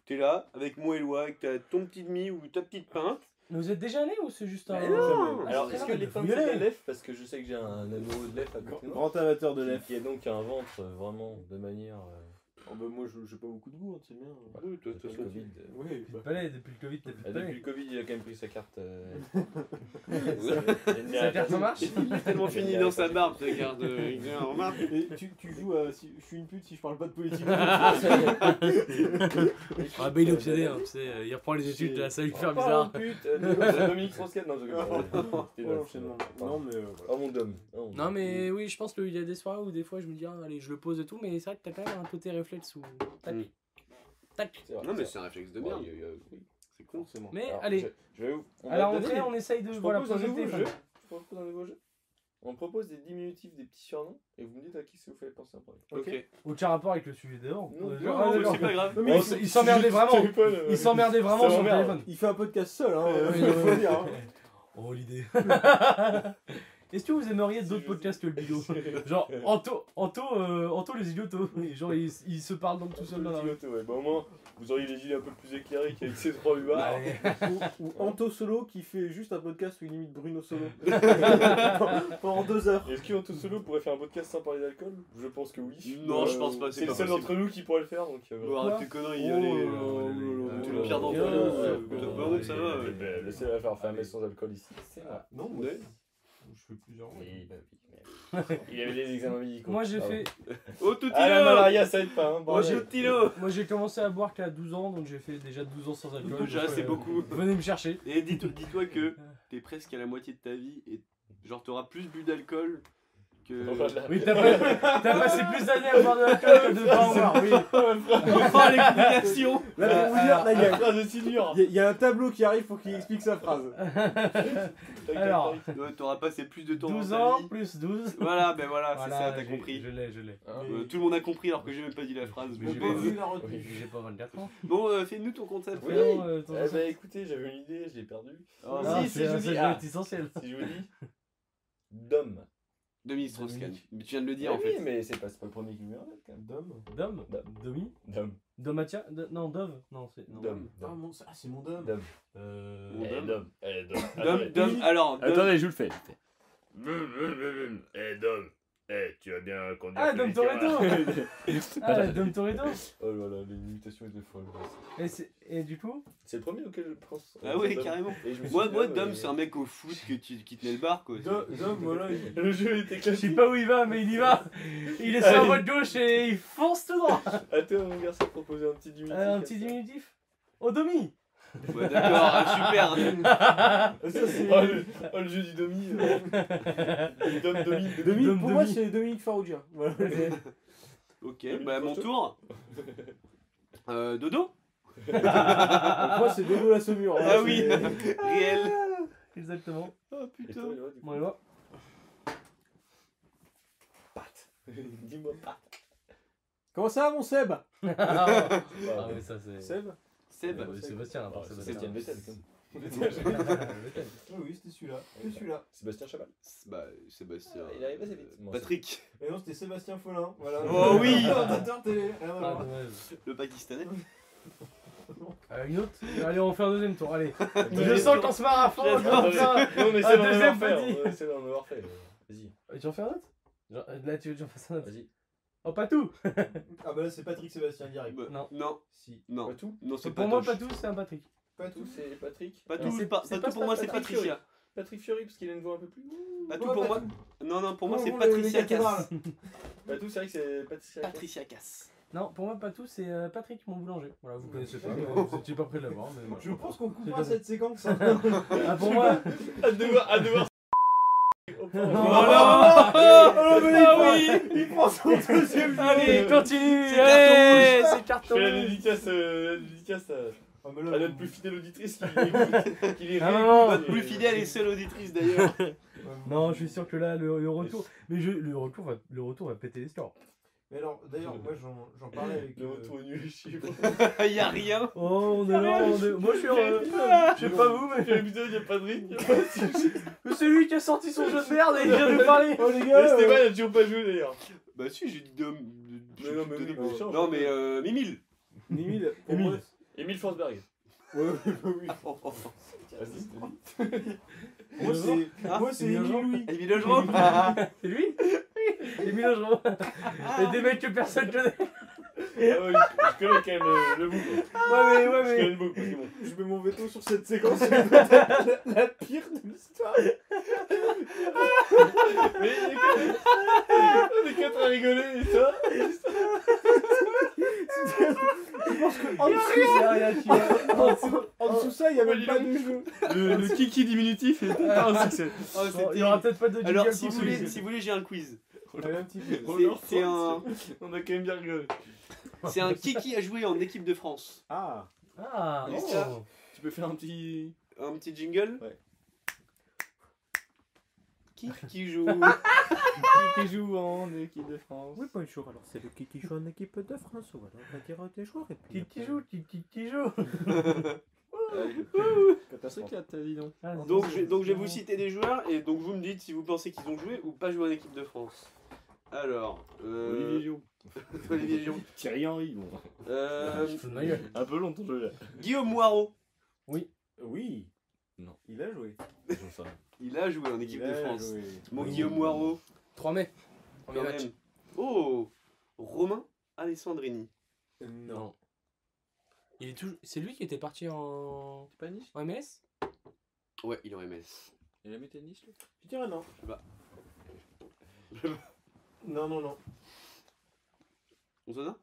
D: T'es là, avec moi et Loi, avec ta- ton petit demi ou ta petite pinte.
A: Mais vous êtes déjà allé ou c'est juste un.
D: Mais non
A: Jamais.
E: Alors, est-ce que
A: Mais
E: les
A: vous
E: femmes
A: y allez
E: de l'EF, parce que je sais que j'ai un amoureux de l'EF à côté de moi,
C: Grand amateur de
E: qui-
C: l'EF.
E: qui a donc un ventre euh, vraiment de manière euh,
C: Oh bah moi, je- j'ai pas beaucoup de goût, hein, c'est bien.
D: Oui, toi, de toute
E: Depuis
D: façon,
E: le
D: tu-
E: Covid, euh,
C: Oui, bah.
A: Palais, depuis le Covid, t'as plus de
E: euh, depuis
A: palais.
E: le Covid, il a quand même pris sa carte. euh,
A: Sa carte en marche
D: Il est tellement fini dans sa barbe, ta carte. euh, il est en marbre.
C: Et tu, tu joues à. si- je suis une pute si je parle pas de politique.
A: Ah, bah il est obsédé, hein, tu sais, euh, il reprend les études, là, ça va lui faire bizarre.
E: Oh, pute, euh, de- Dominique Strauss-Kahn, non, je rigole. C'était
C: Oh,
E: dans le
C: l'enchaînement.
E: film.
C: Non, mais euh, voilà.
E: Oh mon dom. Oh, mon
A: Non,
E: dom.
A: mais oui, je pense qu'il y a des soirées où des fois je me dis, ah, allez, je le pose et tout, mais c'est vrai que t'as quand même un côté réflexe où. Tac,
D: Mm.
A: tac.
E: C'est vrai,
D: Non, mais
E: c'est
D: c'est un réflexe de
E: vrai.
D: merde.
E: Ouais, il y a- il y a- oui.
D: C'est con.
C: forcément.
A: Mais
E: Alors,
A: allez,
E: je- je vais vous-
A: à la
E: va donner
A: rentrée,
E: des-
A: on essaye de
E: Je
A: voilà,
E: propose un nouveau
A: projeter.
E: jeu.
A: enfin,
E: Je propose un nouveau jeu. On propose des diminutifs, des petits surnoms, et vous me dites à qui c'est vous faites penser en premier.
D: Ok.
A: Aucun rapport avec le sujet d'avant.
E: Non,
A: Euh,
E: non,
A: genre,
D: Non,
A: ah,
D: mais
A: d'accord.
D: c'est pas grave.
A: mais il- il s'emmerdait vraiment. Il s'emmerdait vraiment
E: Ça
A: sur le
E: m'emmerde.
A: téléphone.
C: Il fait un podcast seul, hein.
A: Ouais,
C: euh, faut
A: ouais,
C: dire, hein.
A: ouais. Oh l'idée. Est-ce que vous aimeriez d'autres podcasts que le Bigot Genre Anto, Anto, euh, Anto les idiotos. Et Genre ils, ils se parlent donc tout seuls dans la rue.
E: Ouais, bah au moins, vous auriez les idées un peu plus éclairées qu'avec ces trois hubards.
A: Ouais.
C: Ou, ou Anto Solo qui fait juste un podcast où il imite Bruno Solo. Pendant- Pendant deux heures.
E: Est-ce qu'Anto Solo pourrait faire un podcast sans parler d'alcool Je pense que oui.
D: Non, je pense pas, c'est
E: C'est le
D: pas
E: seul
D: possible.
E: d'entre nous qui pourrait le faire, donc. euh,
D: Bon, arrête tes conneries,
C: Oh
D: allez.
C: là là
D: euh,
C: là
D: Tout
C: là
D: le
C: là
D: pire
C: là
D: d'entre
C: là là là là
D: nous.
C: là
D: Putain,
C: là
D: bah
A: là
D: oui, ça va.
A: là
D: ouais.
A: là
E: bah, Laissez la faire faire un mess sans alcool ici. C'est moi.
C: Non,
D: moi, Ouais.
C: je fais plusieurs.
E: Oui, bah oui. Il avait des examens médicaux.
A: Moi j'ai
E: Ah
A: fait,
D: Oh, tout
E: Ah la
D: tilo
E: malaria ça aide pas hein,
D: Oh,
E: bordel.
D: tout tilo
A: moi j'ai commencé à boire qu'à 12 ans donc j'ai fait déjà 12 ans sans alcool.
D: Déjà,
A: Donc,
D: c'est
A: euh,
D: beaucoup.
A: Venez me chercher.
D: Et dis-toi dis-toi que t'es presque à la moitié de ta vie et genre t'auras plus bu d'alcool que.
E: Voilà.
A: Oui t'as pas- t'as passé plus d'années à boire de l'alcool que de pas en boire. Oui.
D: Enfin, l'explication
C: Là, pour vous dire, là, il y
E: La
A: Euh,
C: a-
E: phrase est Ah, si dure.
C: il y, a- il y a un tableau qui arrive pour qu'il explique sa phrase.
A: euh, Alors
D: Ouais, T'auras passé plus de temps
A: 12
D: dans ta
A: ans
D: vie.
A: plus 12.
D: Voilà, ben voilà,
A: Voilà,
D: c'est ça, t'as
A: j'ai-
D: compris.
A: Je l'ai, je l'ai.
D: Euh, tout le monde a compris alors que j'ai même pas dit la phrase.
A: Mais
D: mais
A: j'ai
D: bon.
A: pas vu.
C: la
A: Oui, J'ai pas 24 ans.
D: Bon, euh, fais-nous ton concept.
E: Oui.
A: Voyons, euh, ton-
E: Eh bah écoutez, j'avais une idée, je l'ai perdue.
D: Oh,
A: Ah,
E: si, si,
A: c'est
E: je vous
A: c'est
E: dis,
A: le
E: ah.
A: essentiel.
E: Si je vous dis. Dom.
D: Dominique Strauss-Kahn. Mais Tu viens de le dire
E: Eh
D: en
E: oui,
D: fait.
E: mais c'est pas, c'est pas le premier qui me vient en tête quand même.
C: Dom.
A: Dom
E: Dom.
A: Domi
E: Dom.
A: Domatia de- Non, Dove Non, c'est. non.
E: Dom. Dom.
C: mon, ah, c'est mon Dom.
E: Dom.
C: Euh,
D: Mon
E: Eh,
D: Dom.
E: Dom. Eh, Dom.
D: Dom, Dom, alors. Dom-
G: Attendez, je vous le fais.
E: Dom. Eh Dom. Eh, tu vas bien conduire.
A: Ah, Dom Toretto Ah, Dom Toretto
E: Oh là là, les limitations étaient folles.
A: et, c'est- et du coup
E: C'est le premier auquel je pense.
D: Ah oui,
E: Dom.
D: carrément.
E: Et je me
D: Moi,
E: souviens,
C: ah
D: moi
E: mais- euh,
D: Dom, c'est un mec au foot que tu, qui tenait le bar quoi.
C: Dom, Dom, voilà. il-
E: Le jeu était
A: Je sais
E: classique.
A: pas où il va, mais il y va Il est sur la
E: Allez.
A: voie de gauche et il fonce tout droit
E: À toi, mon garçon, proposer un petit diminutif.
A: Euh, Un petit diminutif Oh, Domi
D: Ouais, D'accord, ah, super.
C: Ah, ça, c'est-
E: Oh le, oh, le jeu du Domi. euh. Le Dom Domi. le
C: Dominique,
A: Dom
C: pour moi,
A: Domi.
C: c'est Dominique Farrugia. Voilà.
D: Ok, bah mon tour. Euh, Dodo
C: Pour moi, c'est Dodo la Saumur.
D: Ah oui Réel
A: Exactement.
D: Oh
E: Et toi,
D: putain
E: Eloi, du coup,
A: Moi, là.
E: Pat. Dis-moi Pat.
C: Comment ça, mon Seb
A: Ah,
E: Ah,
A: mais ça, c'est.
C: Seb
D: Seb
A: Euh, Sébastien, à part Sébastien.
E: Sébastien Vettel, quand même.
C: Ah oui, c'était celui-là. Que celui-là.
E: Sébastien Chabal.
D: Bah, Sébastien.
E: Ah, il arrive assez vite.
D: euh, Patrick,
C: Et non, c'était Sébastien Follin. Voilà.
D: Oh oui
C: Présentateur télé. Rien à
A: Ah,
C: voir.
A: dommage.
D: le Pakistanais.
A: Euh, une autre Allez, on fait un deuxième tour, allez. Je
E: Deuxième
A: sens
E: tour.
A: qu'on se marre à fond,
E: Attends,
A: comme ça.
E: Non, mais
A: Ah,
E: c'est dans le
A: deuxième,
E: warfare.
A: vas-y.
E: ouais, C'est dans le warfare. Vas-y,
A: Euh, Tu en fais un autre Genre, euh, Là, tu veux que j'en fasse un autre
E: vas-y.
A: Oh, pas tout
C: Ah bah là, c'est Patrick Sébastien direct.
D: Bah,
A: Non.
D: Non,
C: Si.
D: non,
E: Pas tout
D: non, c'est
A: Pour moi,
D: Patoche.
A: pas tout, c'est un Patrick.
C: Pas
E: Tout,
C: tous.
E: c'est Patrick.
D: Pas
A: Mais
D: tout,
A: c'est-
D: pas,
E: c'est
D: pas
E: pas-
D: tout pour moi,
E: pas
D: c'est
E: Patrick
D: Patricia.
E: Patrick Fiori, parce qu'il a une voix un peu plus.
D: Pas
C: Ouais,
D: tout pour
C: pas
D: moi. Non, non, pour moi,
C: Bon,
D: c'est
C: bon,
D: Patricia
C: les gars qui
D: Cass.
E: Pas Bah, tout, c'est vrai que c'est Patricia.
D: Patricia Cass.
A: Non, pour moi, pas tout, c'est euh, Patrick, mon boulanger. Voilà, vous connaissez pas, mais vous étiez pas prêt de l'avoir. Mais voilà.
C: Je pense qu'on coupera
A: C'est
C: cette séquence. hein.
A: Ah, pour moi
E: Hâte de voir, hâte de voir.
A: Voilà
C: Oh, mais il prend- Il prend son deuxième
A: Allez, continue
D: C'est carton rouge.
A: C'est
E: Je
A: carton
E: fais la
A: rouge
E: dédicace, euh, la dédicace à,
C: Ah, mais
E: à
C: là,
E: notre plus fidèle auditrice qui l'écoute. qui les
A: Ah,
E: réécoute.
A: non,
D: Votre plus fidèle et seule auditrice d'ailleurs.
A: Non, je suis sûr que là, le, le retour. Mais je, le, retour va, le retour va péter les scores.
C: Mais alors, d'ailleurs, moi j'en j'en parlais avec.
E: Le
C: euh,
E: retour est nul, chiffre.
D: y a rien.
A: Oh, on est là, on est. Moi, je suis heureux. Je sais pas vous, mais.
E: J'ai l'épisode, il y a Patrick. il y a pas de sujet.
A: mais C'est lui qui a sorti son jeu de merde et il vient de nous parler
C: Oh les
E: Mais
C: gars
E: Stéphane, il a toujours pas joué d'ailleurs.
D: Bah, si, j'ai dit Dom.
E: Mais non, mais oui, mais change.
D: Non, mais euh, Mimile.
C: Émile, pour
A: Émile.
C: moi.
E: Émile Forsberg.
C: Ouais, ouais, ouais, oui.
D: Oh, oh, oh.
E: Vas-y.
C: Moi c'est.
D: Ah,
C: Moi c'est
A: Émile
C: Émile
A: Jean.
C: Louis.
D: Émile Augereau. Ah,
A: Ah. C'est lui Oui Les Milogeron Et des mecs que personne connaît
E: Ah ouais, euh,
B: je le boucle.
A: Ouais, mais, ouais,
B: Je
A: mais.
B: le boucle, c'est bon.
C: Je mets mon veto sur cette séquence, c'est peut-être la, la pire de l'histoire.
B: Mais il est quand même. On est quatre à rigoler, et ça.
C: Je pense que en dessous, en dessous- en dessous ça,
F: Oh,
C: il n'y a même pas de jeu.
D: Le,
B: Ah,
D: le kiki diminutif est
A: Ah,
D: un succès.
A: Bon, Euh, Oh, il y aura peut-être pas de
D: Oh, Alors,
A: jingle
D: si
A: pour
D: vous,
A: ce
D: voulez,
A: jeu.
D: si vous voulez, j'ai un quiz.
C: Allez, un petit peu.
F: Oh,
D: C'est- C'est un,
B: On a quand même bien rigolé.
D: c'est un kiki à jouer en équipe de France.
C: Ah,
A: Ah,
D: Oh.
A: oh.
E: Tu peux faire un petit.
D: Un petit jingle
C: Ouais.
D: Qui qui joue
E: Ah Qui joue en équipe de France
F: Oui, bonjour, alors c'est le Kiki joue en équipe de France. Voilà, on va dire euh, des joueurs et puis.
A: Petit petit jeu, petit petit petit jeu.
E: C'est
C: catastrophe.
E: que là, t'as dit non.
A: Ah,
D: Donc je, donc je vais vous citer des joueurs et donc vous me dites si vous pensez qu'ils ont joué ou pas joué en équipe de France. Alors, euh,
E: Olivier Giroud.
D: Olivier Giroud.
E: Thierry Henry, bon.
D: Euh,
A: Je fous de ma gueule.
E: Un peu long ton jeu là.
D: Guillaume Moirot,
C: Oui.
E: Non.
C: Il a joué.
E: J'en sais rien.
D: il a joué en équipe
C: Il
D: de
C: a
D: France.
C: joué.
D: Mon
C: Oui.
D: Guillaume Moirot,
A: 3 mai.
D: quand
A: Premier match.
D: même. Oh Romain Alessandrini.
C: Non.
A: Il est toujours. C'est lui qui était parti en.
E: C'est pas Niche
A: en MLS
D: Ouais, il est en MS.
E: Il a mis tes Niche là
C: Je dirais non.
E: Eh
D: Je sais pas.
E: ben.
C: Non, non, non.
D: On se donne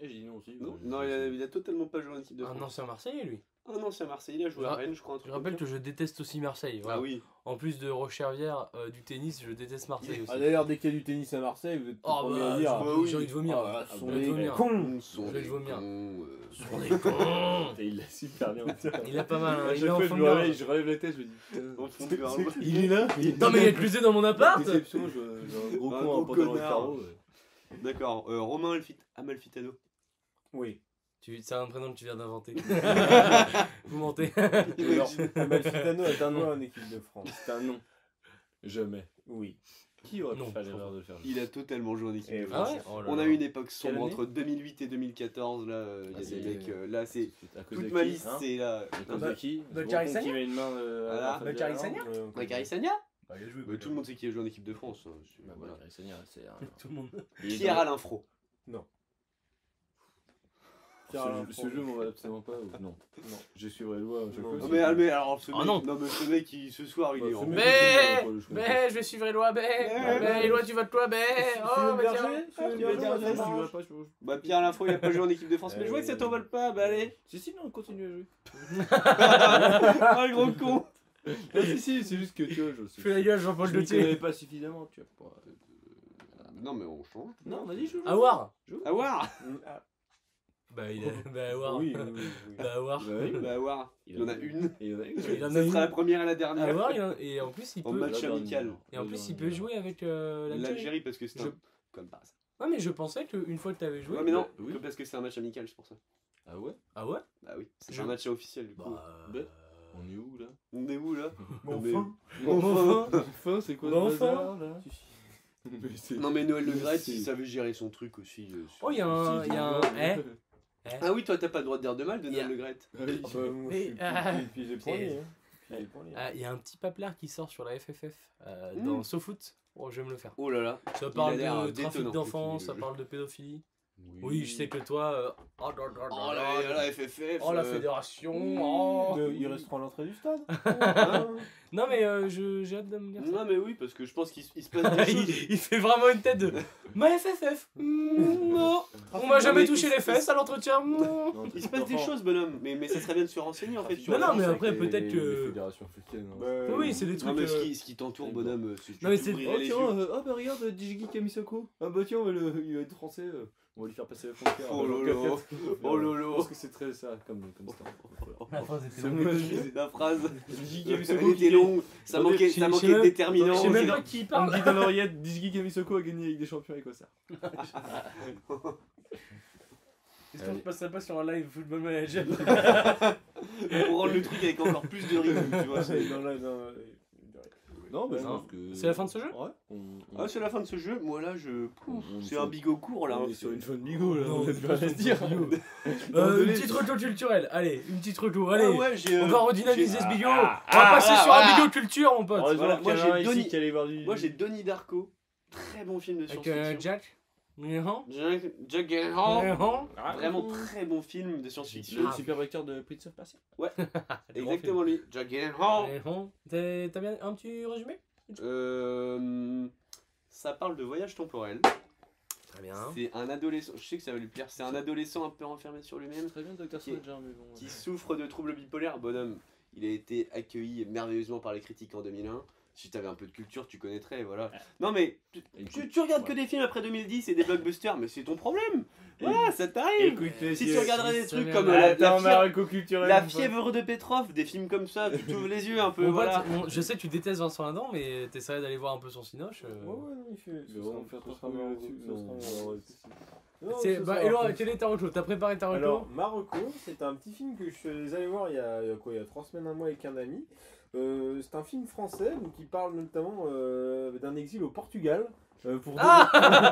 E: Eh, j'ai dit non aussi.
D: un Non, non il, a, il a totalement pas joué en équipe de
A: Un
D: France.
A: ancien Marseillais, lui.
D: Un ancien Marseille, il a joué
A: Ah, Je ra-
D: à Rennes, je crois. un
A: Je
D: truc
A: rappelle que
D: comme
A: je déteste aussi Marseille.
D: ça. Ah
A: voilà.
D: oui.
A: En plus de Rochervière, euh, du tennis, je déteste Marseille aussi.
C: Ah, D'ailleurs, dès qu'il y a du tennis à Marseille, vous êtes
A: Oh,
C: premier
A: bah,
C: à dire.
D: vois-
A: j'ai-
D: oui.
A: j'ai envie de vomir.
C: Ah, bah,
A: J'ai
C: sont
A: envie de
C: des
A: vomir.
C: cons.
D: Sont
A: Je vais
D: des
A: vomir.
D: cons, euh.
E: Il l'a super bien.
A: Il a pas mal, hein.
E: À
A: il est
E: chaque
A: en
E: fois, je
A: fond de
E: me réveille,
A: gorge.
E: je relève la tête, je me dis. putain,
D: En fond de gorge.
E: c'est- Il est là
A: Non, mais il est clusé dans mon appart
E: Déception, je- j'ai un gros
D: Un
E: con,
D: gros
E: un pantalon de
D: connard.
E: carreau. ouais.
D: D'accord, euh, Romain Alfit- Amalfitano.
C: Oui.
A: Tu- C'est un prénom que tu viens d'inventer. Vous mentez.
D: Ah
C: Alors, Amalfitano est un nom en équipe de France.
E: C'est un non. Jamais.
C: Oui.
E: Qui aurait
A: Non,
E: pu faire
A: je pense
E: l'erreur de le faire
D: Il a totalement joué en équipe
C: Eh
D: de
C: oui.
A: Ah
D: France.
A: ouais Oh là
D: On a
A: là.
D: eu une époque sombre
E: Quelle année
D: entre 2008 et 2014. Là, euh,
E: Ah,
D: il y a des
E: c'est-
D: mecs. euh, là, c'est.
E: C'est à cause de
D: Toute
E: qui
D: ma liste,
E: hein
D: c'est là.
E: À cause
A: Bah,
E: de qui
A: bah,
E: Ce
A: Carrie
E: gros con qui
A: Sagna
E: met une main. euh, à
D: Voilà.
E: la
A: Bah,
E: face de
A: Carrie
E: la
A: Sagna
E: main.
C: Ouais, ok.
D: Sagna
A: Bah,
D: Tout le monde sait qui a joué en équipe de France. hein, c'est-
E: Bah, voilà,
D: voilà.
E: Carrie Sagna, c'est un.
A: Tout le monde.
E: Il est
D: Pierre
E: dans-
D: Alain Fro.
C: Pierre
E: Ce, ce jeu m'en va absolument pas ou non
C: Non.
E: Je suivrai le voie.
C: Non.
D: Non, mais, ah, mais alors, ce
A: Ah
D: mec,
A: non.
D: mais ce mec, il- ce soir, il
C: Bah,
D: est
C: ce
D: en.
C: mec-
A: Mais,
E: Je comprends.
A: mais, Bah, je vais suivre Eloi,
D: Ouais,
A: mais,
D: ouais.
A: mais, Eloi, tu votes toi,
C: Eh,
A: mais, oh, mais
E: Ah,
A: tiens.
C: Mm.
D: Bah, Pierre Alain Fro, il a pas joué en équipe de France. Mais je vois que ça t'envole pas. Bah, allez.
E: Si, si, non, continue à jouer.
D: Ah, le gros con.
E: Non, si, si, c'est juste que tu vois, je
A: Je fais la gueule, Jean-Paul
E: Je m'y
A: Gaultier.
E: connais pas suffisamment, tu vois. pour, euh,
D: Non, mais on change.
E: Non, vas-y, joue. joue.
A: Awar
D: Ah, War.
A: Bah, il
D: Oh.
A: est. Bah, Awar.
C: Oui, oui, oui, oui.
A: Bah, Awar.
E: Bah oui,
D: Bah, War. Il y en a une.
E: Et il y en a une.
A: Il en a
D: Ce sera la
A: une.
D: première et la dernière.
A: Awar, Ah, il en- et en plus, il
D: En
A: peut.
D: match
E: La dernière.
D: amical.
A: Et en plus, il
E: La
A: peut
E: dernière.
A: jouer avec euh, l'Algérie.
D: L'Algérie, parce que c'est
A: Je-
D: un. Comme par hasard.
A: Non, mais je pensais qu'une fois que t'avais joué.
D: Ouais, mais non,
E: Oui.
D: que parce que c'est un match amical, c'est pour ça.
E: Ah ouais
A: Ah ouais
D: Bah oui, c'est
A: Je-
D: un match officiel du coup.
A: Bah.
E: Bah. On est où là
D: On est où là
C: Bon,
D: Mais-
C: enfin.
D: Enfin
E: Enfin, c'est quoi
A: ce bazar,
E: là Mais c'est.
D: Non mais Noël Le Gret,
E: C'est-
D: il savait gérer son truc aussi. euh, sur-
A: Oh, il y a un.
E: Si,
A: Il y a un.
E: dis-moi.
A: Eh
D: Ah oui, toi t'as pas le droit de dire de mal de
A: Il y a-
D: Noël Le Gret.
E: Ah oui.
C: Ah bah, moi, je
A: Mais,
C: suis plus-
A: ah,
C: plus- plus des points liés, hein. Plus des points liés.
A: Ah, Il y a un petit papelard qui sort sur la FFF euh,
D: Mm.
A: dans SoFoot. Oh, je vais me le faire.
D: Oh là là.
A: Ça
D: Il a
A: parle
D: l'air
A: de trafic
D: détonnant,
A: d'enfants,
D: ce
A: ça
D: petit-
A: parle de pédophilie. Oui, je sais que toi. euh, Oh, là là
D: Oh
A: là
D: là
A: là.
D: là, la FFF.
A: Oh, la
D: euh,
A: fédération.
E: Ah,
A: oh.
C: Le- Il restera à l'entrée du stade. Ah,
A: Non, mais euh, je- j'ai hâte de me dire ça.
D: Non mais oui, parce que je pense qu'il se il se passe des choses.
A: il, il fait vraiment une tête de ma FFF. mm, non. On m'a jamais
D: mais
A: touché
D: il-
A: les fesses à l'entretien. mm.
E: Non,
D: Il se passe des choses, bonhomme. Mais, mais ça serait bien de se renseigner en fait. sur
A: Non,
D: la
A: non, mais
D: France.
A: après, peut-être que-
C: Bah,
A: Oui, c'est des
D: Non
A: trucs.
D: mais ce
A: euh,
D: qui, ce qui t'entoure, bonhomme, euh, c'est tu
A: Non, mais
D: peux
A: c'est-
D: ouvrir
E: Oh
D: les
E: tiens,
D: yeux.
E: euh, ah bah regarde, Digigi Kamisoko. Ah bah tiens, le, il va être français. euh, On va lui faire passer la frontière.
D: Oh
E: Alors,
D: lolo.
E: qu'en fait,
D: Oh
E: euh, Je pense
D: lolo.
E: que c'est très ça comme, comme ça.
A: Ah,
D: C'est moi qui- La phrase.
E: Digigi
D: Elle était longue. Ça
E: Attendez,
D: manquait,
A: je-
D: ça
A: je
D: manquait
A: sais
D: de
A: même- Je
D: déterminant.
A: sais même
D: C'est-
A: pas qui il
E: On
A: parle.
E: dit dans l'oreillette, Digigi Kamisoko a gagné avec des champions avec ça.
A: Est-ce qu'on se passerait pas sur un live Football Manager
D: Pour rendre le truc avec encore plus de rythme, tu vois. c'est-
C: dans la- dans la-
E: Non, mais je
A: Non.
E: pense que.
A: C'est la fin de ce jeu
E: Ouais. On, on-
D: Ah, c'est la fin de ce jeu. Moi là, je. Pouf,
E: On- on-
D: C'est un bigot court là.
E: on
D: hein.
E: est sur une fin de bigot là.
A: Non,
E: on a
A: c'est
E: plus
A: pas
E: rien à
A: sur
E: se dire.
A: une bigot.
E: Euh,
A: Une
E: désolé.
A: petite retour culturelle. Allez, une petite retour. Allez,
D: Ah ouais, j'ai,
A: on
D: euh,
A: va redynamiser
D: j'ai-
A: ce bigot.
D: Ah,
A: on va
D: ah,
A: passer
D: voilà,
A: sur un
D: voilà.
A: bigot culture, mon pote.
E: Heureusement
D: Voilà,
E: qu'il
D: moi,
E: y en a
D: j'ai
E: un ici
D: Denis-
E: qui allait voir du.
D: Moi j'ai Donnie Darko. Très bon film de
A: Avec euh,
D: science-fiction.
A: Jack. Néhan
D: Jack Jack
A: Oh.
D: Gyllenhaal.
A: Néhan
D: Vraiment très bon film de science-fiction.
E: Le super acteur de Prince of Persia.
D: Exactement lui. Jack Gyllenhaal.
A: Néhan T'es- T'as bien un petit résumé
D: Euh, ça parle de voyage temporel.
A: Très bien.
D: C'est un adolescent. Je sais que ça va lui plaire. C'est un adolescent un peu enfermé sur lui-même
E: Très bien, Docteur
D: Qui-
E: Strange, hein, mais bon.
D: qui souffre de troubles bipolaires. Bonhomme, il a été accueilli merveilleusement par les critiques en 2001. Si t'avais un peu de culture, tu connaîtrais, voilà. Non mais, tu, tu- tu regardes que des films après 2010 et des blockbusters, mais c'est ton problème Voilà, ça t'arrive
C: Écoutez,
D: Si
C: si-
D: tu regarderais des
A: si,
D: trucs
A: ça
D: comme
A: vient
D: euh, la,
C: Attends,
D: la, fièvre,
C: Marocco culturel,
D: La
C: mon pote.
D: Fièvre de Petrov, des films comme ça, tu t'ouvres les yeux un peu,
A: Mon pote,
D: voilà.
A: mon- bah, je sais que tu détestes Vincent Lindon, mais t'essaierais d'aller voir un peu son cinoche. euh.
C: Ouais, ouais, non, il fait.
E: Mais on fait
C: ça sera
E: pas mal
C: là-dessus, ça
E: non.
C: sera- ouais, Non,
A: C'est-
C: ce
A: bah,
C: sera-
A: Hello, quel est ta reco T'as préparé ta reco
C: Alors, Marocco, c'est un petit film que je suis allé voir il y a, il y a quoi, il y a trois semaines, un mois avec un ami. Euh, c'est un film français donc, qui parle notamment euh, d'un exil au Portugal euh, pour, deux,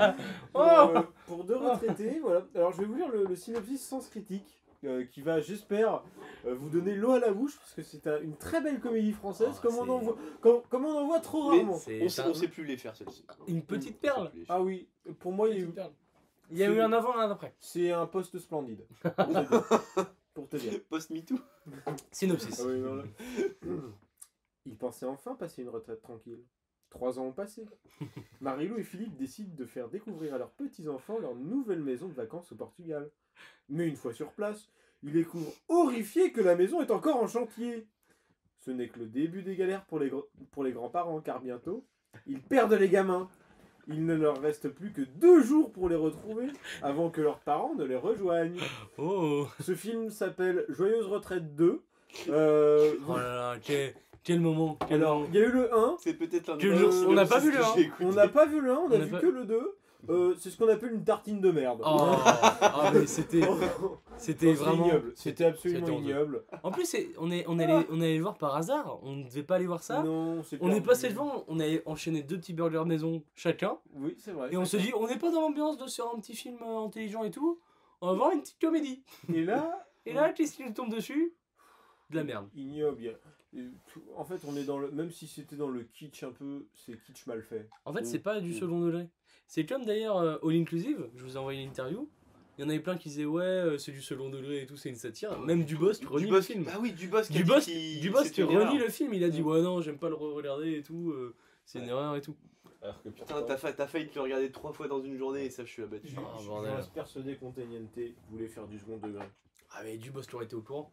C: pour, euh, pour deux retraités. voilà. Alors, je vais vous lire le, le synopsis sans critique. euh, qui va, j'espère, euh, vous donner l'eau à la bouche parce que c'est un- une très belle comédie française,
A: Ah,
C: comme, on en
A: c'est-
C: voit, comme, comme on en voit trop
D: Mais
C: rarement.
A: C'est
D: On sait,
A: un-
D: on sait plus les faire, celle-ci.
A: une petite perle.
C: Ah oui, pour moi, il y a eu-
A: Petite perle. Il y a eu un avant et un après.
C: c'est un poste splendide. pour te dire.
D: Post-MeToo.
A: Synopsis.
C: Ah oui, non, là. Il pensait enfin passer une retraite tranquille. Trois ans ont passé. Marilou et Philippe décident de faire découvrir à leurs petits-enfants leur nouvelle maison de vacances au Portugal. Mais une fois sur place, ils découvrent horrifiés que la maison est encore en chantier. Ce n'est que le début des galères pour les, gr- pour les grands-parents, car bientôt, ils perdent les gamins. Il ne leur reste plus que deux jours pour les retrouver avant que leurs parents ne les rejoignent.
A: Oh,
C: Ce film s'appelle Joyeuse Retraite 2. Euh,
A: oh là là, quel, quel moment. quel
C: alors,
A: moment.
C: il y a eu le 1,
D: C'est peut-être un
A: Que
D: des
A: je-
D: meilleurs
A: on n'a pas vu
D: synopsis
A: le
D: que
A: un.
D: j'ai écouté.
C: on n'a pas vu le 1, on
A: On
C: a
A: n'a
C: vu
A: pas-
C: que le 2. Euh, c'est ce qu'on appelle une tartine de merde.
A: Oh, ah, mais c'était, c'était
C: C'est
A: vraiment.
C: ignoble, C'était absolument
A: c'était honteux.
C: ignoble.
A: En plus, c'est- on est, on est allé, on est allé le voir par hasard. On ne devait pas aller voir ça.
C: non, c'est
A: on
C: perdu.
A: est passé devant. On a enchaîné deux petits burgers maison chacun.
C: Oui, c'est vrai.
A: Et on s'est dit, on n'est pas dans l'ambiance de sur un petit film euh, intelligent et tout. On va voir une petite comédie.
C: Et là,
A: Et là, qu'est-ce qui nous tombe dessus De la merde.
C: ignoble. il y a- et tout- En fait, on est dans le. Même si c'était dans le kitsch un peu, c'est kitsch mal fait.
A: En fait,
D: Mm.
A: c'est pas du
D: Mm.
A: second degré. C'est comme d'ailleurs euh, All Inclusive, je vous ai envoyé une interview. Il y en avait plein qui disaient ouais, euh, c'est du second degré et tout, c'est une satire. Même Dubos
D: Du
A: renie le
D: boss-
A: film.
D: Bah oui, du boss qui a dit
A: Dubos,
D: qu'il-
A: Dubos
D: c'était
A: qui
D: une erreur.
A: renie le film, il a dit
D: Mm.
A: ouais, non, j'aime pas le re-regarder et tout, euh, c'est une erreur et tout.
C: Alors que
D: Putain, t'as fa- t'as failli te le regarder trois fois dans une journée et ça, je suis abattu.
C: Je,
A: Ah,
C: je- je
A: bordel.
C: reste persuadé qu'Onteniente voulait faire du second degré.
A: Ah, mais Dubos l'aurait été au courant.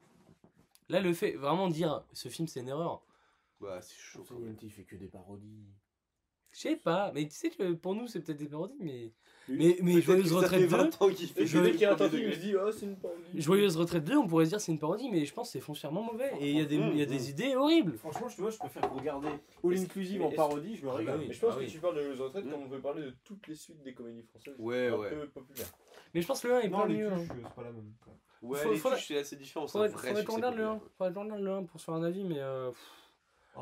A: Là, le fait, vraiment dire ce film c'est une erreur,
D: Bah, c'est chaud quand même.
C: Onteniente, il fait que des parodies.
A: je sais pas, mais tu sais que pour nous c'est peut-être des parodies, mais.
C: Oui.
A: Mais, mais
D: Peut-être
A: Joyeuse
D: que ça
A: Retraite
D: fait
A: 2,
D: 20 ans qu'il fait
B: Et
A: Je-
B: dès qu'il y a un
D: premier
B: tantin, il
D: degré.
B: se dit Ah, c'est une parodie.
A: Joyeuse Retraite 2, on pourrait se dire c'est une parodie, mais je pense que c'est foncièrement mauvais. Et il y a des, il y a des idées horribles.
C: Franchement, tu vois, je préfère regarder All
B: Est-ce-
C: Inclusive
B: mais
C: en
B: est-ce-
C: parodie, je me
A: Ah bah
C: régale.
A: oui.
B: Mais je pense
A: Ah
B: que
A: oui.
B: tu parles de Jeux Retraite
D: Mm.
B: comme on peut parler de toutes les suites des comédies françaises.
D: Ouais,
B: un
D: ouais.
B: peu populaires.
A: Mais je pense que le 1 est
C: Non,
A: pas
C: les
A: mieux. hein.
C: culs, je suis- c'est pas la même. quoi.
D: Ouais,
A: Faut-
D: les
A: faudrait-
D: fiches, c'est assez différent. c'est un
A: Faudrait,
D: vrai
A: faudrait
D: succès
A: qu'on regarde le
D: populaire.
A: 1, faudrait qu'on regarde le 1 pour se faire un avis, mais euh, pff,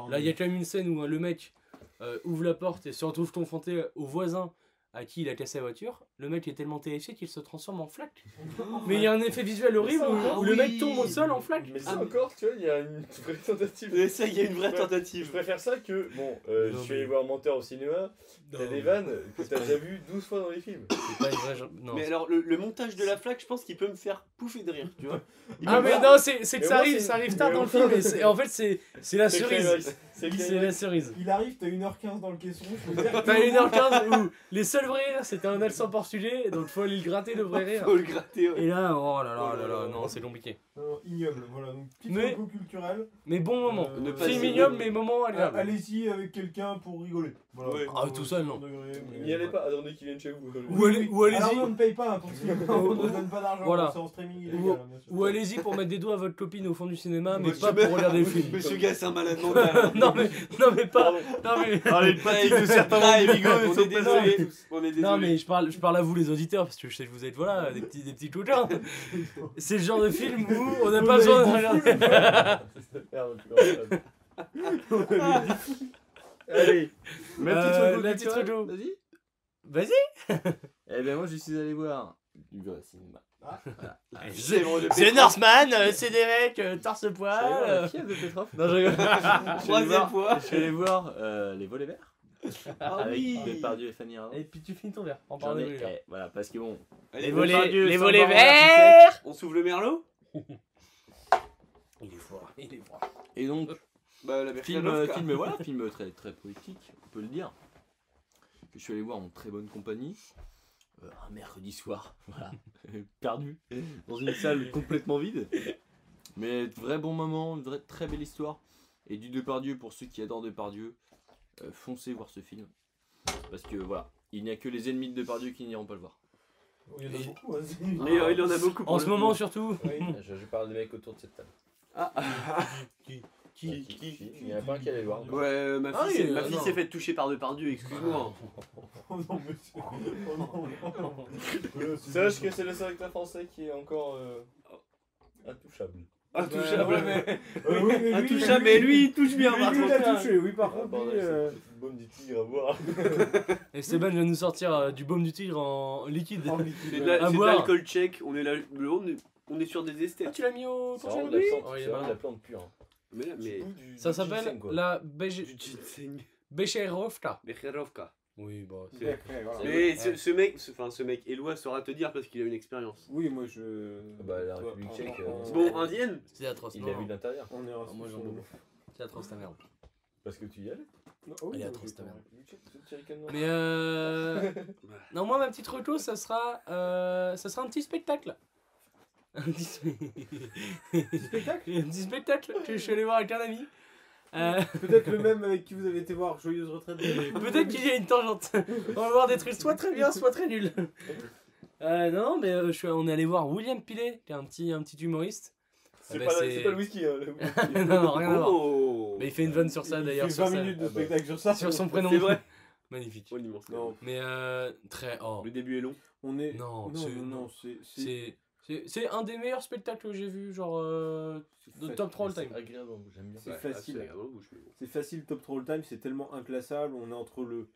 A: là il y a quand même une scène où hein, le mec euh, ouvre la porte et se retrouve confronté au voisin à qui il a cassé la voiture. Le mec est tellement terrifié qu'il se transforme en flaque. mais il y a un effet visuel horrible
B: ça,
A: où,
D: ah
A: où le mec
D: oui.
A: tombe au sol en flaque.
B: Mais ça
D: Ah, mais-
B: encore, tu vois, il y a une vraie tentative.
D: Mais ça, il y a une vraie
B: Ouais. Je
D: tentative.
B: préfère ça que. Bon, euh,
A: Non,
B: je suis
A: mais-
B: allé voir Menteur au cinéma, t'as des vannes que t'as déjà vu 12 fois dans les films.
A: C'est pas une vraie gen- non.
D: Mais alors, le, le montage de la flaque, je pense qu'il peut me faire pouffer de rire, tu vois. Il
A: Ah
D: peut
A: mais
D: me-
A: non, c'est c'est que
B: Mais
A: ça
B: moi,
A: arrive,
B: c'est-
A: ça arrive tard
B: mais
A: dans le
B: moi-
A: film. Et, c'est- et en fait c'est c'est la
B: C'est
A: cerise.
B: Climax. C'est
A: C'est la
B: Climax.
A: cerise.
C: Il arrive, t'as 1h15 dans le caisson. je veux dire.
A: T'as 1h15 où les seuls vrais rires c'était un accent portugais, donc faut aller le gratter le vrai rire.
D: Faut le gratter. ouais.
A: Et là, oh là là, oh là, là non, c'est compliqué.
C: Non, Euh, ignoble, voilà. Donc, petit
A: Mais-
C: coup culturel.
A: Mais bon moment.
C: Euh,
D: Ne pas
A: Film
D: se-
A: ignoble, mais moment
C: Ah,
A: agréable.
C: Allez-y avec quelqu'un pour euh, rigoler. Voilà.
D: Ouais.
A: Ah, tout seul, non.
B: N'y allez pas, attendez qu'ils viennent chez vous.
A: Ou allez- ou allez-y.
C: Alors, nous, on ne paye pas hein, pour ça. On ne donne pas d'argent.
A: Voilà.
C: C'est en streaming
A: Ou-
C: illégal. hein, bien sûr.
A: Ou allez-y pour mettre des doigts à votre copine au fond du cinéma, mais
D: Monsieur-
A: pas pour regarder le film.
D: Monsieur Gars, c'est un malade mental.
A: non mais, non mais pas, non mais,
D: Allez, le pratique de certains On est désolé. On est
A: non mais
D: désolé.
A: je parle, je parle à vous les auditeurs parce que je sais que vous êtes voilà des petits, des petits coquins. C'est le genre de film où on n'a
C: On
A: pas
C: avait
A: besoin de
C: dit
A: regarder.
B: Merde, plus grave.
C: Allez.
E: Ma
A: Euh,
E: petite
A: la
E: la
A: petite reco.
E: Vas-y.
A: Vas-y.
E: Eh ben moi je suis allé voir du vrai cinéma.
A: C'est
D: bon, j'ai
A: c'est
D: fait
A: Northman, euh, c'est des mecs euh, torse
E: Je suis allé voir la
A: poil.
E: fièvre de Petrov.
A: Non je rigole.
D: Troisième
E: voir.
D: fois.
E: Je suis allé voir euh, les volets verts.
D: Ah
E: avec
D: oui.
E: Depardieu et Fanny Ardant.
A: Et puis tu finis ton verre. En
E: J'en
A: parlant de
E: ai, eh, voilà, parce que bon,
D: Allez,
A: Les
D: bon,
A: volets,
D: Dieu,
A: les
D: ça
A: volets
D: va, on va faire
A: verts
D: On s'ouvre le merlot
A: Il est fort, il est fort.
E: et donc,
D: Bah, la
E: film, euh,
D: Mercalovka.
E: film, voilà, film très, très poétique, on peut le dire, que je suis allé voir en très bonne compagnie, euh, un mercredi soir, voilà, perdu, dans une salle complètement vide, mais vrai bon moment, une vraie, très belle histoire, et du Depardieu, pour ceux qui adorent Depardieu, euh, foncez voir ce film, parce que voilà, il n'y a que les ennemis de Depardieu qui n'iront pas le voir.
C: Oh,
B: Il y en a beaucoup, hein.
D: Mais euh, il
C: Ah,
D: en a beaucoup pour
A: En
D: le
A: ce moment
D: coup. Ah,
A: surtout.
H: Je, je parle des mecs autour de cette table.
D: Qui,
H: Qui-
D: qui,
H: qui- Il y en a pas un qui allait voir.
D: Ouais, euh, ma
A: Ah
D: fille,
A: oui,
D: ma
A: euh,
D: fille
A: non.
D: s'est faite toucher par Depardieu, excuse-moi.
C: Oh non, monsieur. Oh non,
B: Sache que c'est le seul acteur français qui est encore. euh,
H: Oh. Intouchable.
D: Ah, Intouchable.
B: Ouais, ouais, mais-
D: Ah, Intouchable, mais lui, il touche bien, par
C: Lui, il
D: contre.
C: a touché, oui, par
H: Ah,
C: contre,
H: bordel,
C: lui, euh,
H: cette petite baume du tigre à boire.
A: Esteban vient de nous sortir euh, du baume du tigre en liquide.
C: en liquide,
D: C'est de
C: ouais.
D: la-
A: À
D: c'est de
A: boire.
D: l'alcool check, on est là, on est, on est sur des esthètes.
A: tu l'as mis au
H: C'est vraiment de la plante,
A: Oh, il est
H: c'est vraiment
A: malin.
H: de la plante pure. hein.
D: Mais là, mais.
A: Ça s'appelle la Beche-
D: Du ginseng.
A: Becherofta.
D: Mais Kherovka.
A: Oui, bah.
D: C'est-
C: Après, voilà.
D: Mais ce,
A: ouais.
D: ce mec, ce, enfin, ce mec, Éloi saura te dire parce qu'il a une expérience.
C: Oui, moi je.
H: Ah bah, la
C: Toi,
H: République
C: on-
H: tchèque,
C: on-
H: euh,
D: Bon, indienne
A: C'est atroce.
H: Il
A: non,
H: l'a vu de l'intérieur.
C: On est
A: Ah, moi, j'en
C: raciste.
A: peux C'est atroce ta merde.
H: Parce que tu y allais.
C: Non, oh,
A: Elle est
C: oui,
A: atroce, ta
C: oui,
A: merde.
B: Thierry Cameron.
A: Mais euh. non, moi, ma petite reco, ça sera. euh, Ça sera un petit spectacle. Un petit spectacle Un petit spectacle que je suis allé voir avec un ami. Euh,
C: Peut-être le même avec qui vous avez été voir Joyeuse Retraite.
A: Peut-être qu'il y a une tangente. On va voir des trucs soit très bien, soit très nuls. Euh, non, mais euh, je suis- on est allé voir William Pillet, qui est un petit, un petit humoriste.
B: C'est
A: bah,
B: pas,
A: c'est-
B: c'est pas le whisky. hein, le-
A: non, non, rien à voir.
D: Oh
A: Mais il fait une vanne sur ça d'ailleurs.
C: Il fait
A: Sur,
C: 20
A: sa-
C: minutes de
H: Ah bah.
C: spectacle sur ça.
A: sur son prénom.
D: C'est vrai
A: Magnifique.
D: Oh, l'immense.
C: Non,
A: Mais euh, très. Oh.
D: Le début est long.
C: on est.
A: Non,
C: Non,
A: c'est-
C: non, non, c'est. c'est-
A: C'est. c'est- C'est un des meilleurs spectacles que j'ai vu, genre euh, de
C: c'est
A: top 3 all
H: C'est
A: time.
H: agréable, j'aime bien.
C: C'est
D: Ouais,
C: facile.
D: ah, c'est vraiment bouche, mais bon.
C: C'est facile top 3 all time, c'est tellement inclassable. On est entre le,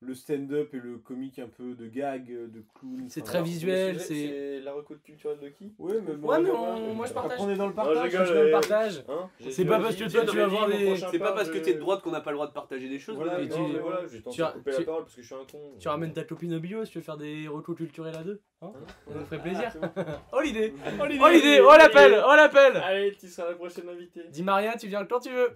C: le stand-up et le comique un peu de gag, de clown.
A: C'est
C: enfin,
A: très
C: voilà.
A: visuel,
B: Le sujet,
A: c'est.
B: la recode culturelle de qui
C: Ouais, mais
A: Ouais, mais
C: voilà.
A: on- moi, je euh,
C: Après,
A: partage.
C: on est dans
H: Non,
C: le
H: je
C: partage.
A: Je te le partage.
H: Hein
A: C'est pas parce que toi tu vas voir des.
D: C'est pas parce que t'es de droite qu'on n'a pas le droit de partager des choses.
C: Voilà,
D: mais-
A: mais tu-
H: Non, mais voilà, j'ai tenté
A: tu
H: de
A: as-
H: couper
A: tu-
H: la parole parce que je suis un con.
A: Tu ramènes ta copine au bio si tu veux faire des retours culturels à deux. hein Ça nous ferait plaisir.
B: c'est bon.
A: Oh l'idée Oh l'idée Oh l'appel Oh l'appel
B: Allez, tu seras la prochaine invitée.
A: Dis Maria, tu viens quand tu veux.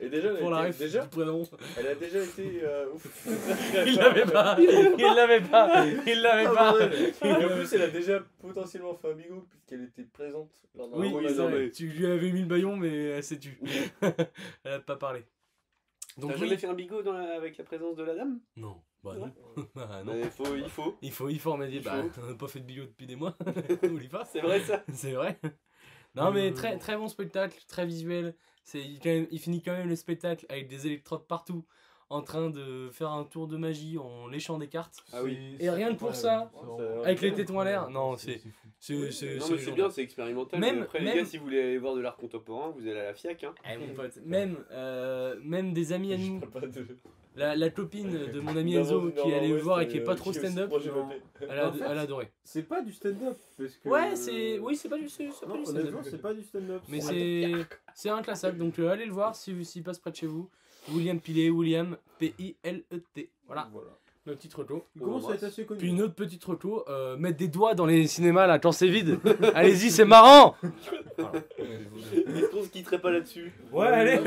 B: Et déjà,
D: Euh,
B: elle
A: Pour
B: a
A: la
B: été-
A: ref
B: déjà,
A: du prénom.
B: elle a déjà été. euh, ouf.
A: Il l'avait pas. Il l'avait pas. Il l'avait
B: Ah,
A: pas. Euh,
B: bordel. Et en plus, elle a déjà potentiellement fait un bigot puisqu'elle était présente lors d'un
A: Oui,
D: oui,
A: c'est
D: non,
A: vrai.
D: mais-
A: tu lui avais mis le baillon, mais elle s'est tue. elle a pas parlé. Donc
D: T'as jamais
A: oui.
D: fait un bigot dans la- avec la présence de la dame
A: Non. Bah non. Bah, non.
D: Bah, faut- Il faut.
A: Il faut, il faut remédier.
D: Il
A: Bah,
D: faut.
A: on n'a pas fait de billot depuis des mois. On l'y passe.
D: C'est vrai ça
A: C'est vrai. Non, mais très, très bon spectacle, très visuel. C'est, il, quand même- il finit quand même le spectacle avec des électrodes partout, en train de faire un tour de magie en léchant des cartes.
D: Ah oui.
A: Et rien que pour ça, avec les tétons à l'air. Non, c'est. C'est, c'est,
D: Non
A: c'est
D: mais c'est bien, c'est expérimental.
A: Même-
D: mais après
A: même-
D: les gars, si vous voulez aller voir de l'art contemporain, vous allez à la FIAC. Hein.
A: Eh, mon pote. Même, euh, même des amis à
B: Je
A: nous.
B: parle pas de.
A: La, la copine de mon ami
B: d'un
A: Enzo
B: monde
A: qui est allée le
B: nord-ouest,
A: voir et qui est
B: euh,
A: pas trop
B: aussi
A: stand-up,
B: proche de
C: non.
B: ma tête.
A: elle a,
C: En fait,
A: elle a adoré.
C: C'est pas du stand-up. Parce que...
A: Ouais, c'est. Oui, c'est pas du c'est- c'est pas
C: Non,
A: du stand-up.
C: honnêtement, c'est pas du stand-up.
A: Mais c'est. C'est inclassable, donc euh, allez le voir si vous s'il passe près de chez vous. William Pilet, William P-I-L-E-T. Voilà, le petit retour.
C: Il commence à être assez connu.
A: Puis une autre petite retour, euh, mettre des doigts dans les cinémas là quand c'est vide. Allez-y, c'est marrant
D: Est-ce qu'on se quitterait pas là-dessus
A: Ouais, allez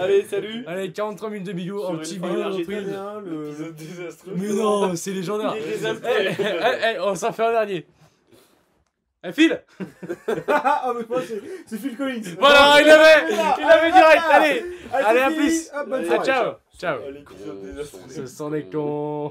D: Allez, salut
A: Allez, 43 minutes de bio,
D: Sur
A: un
D: une
A: petit
D: fin
A: bio.
D: élargie.
C: Très bien, le-
B: Épisode désastreux.
A: Euh, Mais non, c'est légendaire
D: Il est
A: Eh,
D: désastreux.
A: eh, eh, eh, On s'en fait un dernier Eh, Phil
C: ah, mais moi, c'est c'est Phil Collins.
A: Voilà, il l'avait Il l'avait direct,
C: Ah,
A: allez
C: c'est
A: Allez, à
C: fini.
A: plus.
C: Ah, bonne
D: Allez,
A: Ah,
C: soirée.
A: ciao Ciao
B: Ah, L'épisode
D: Gros
B: désastreux.
A: Ce sont des cons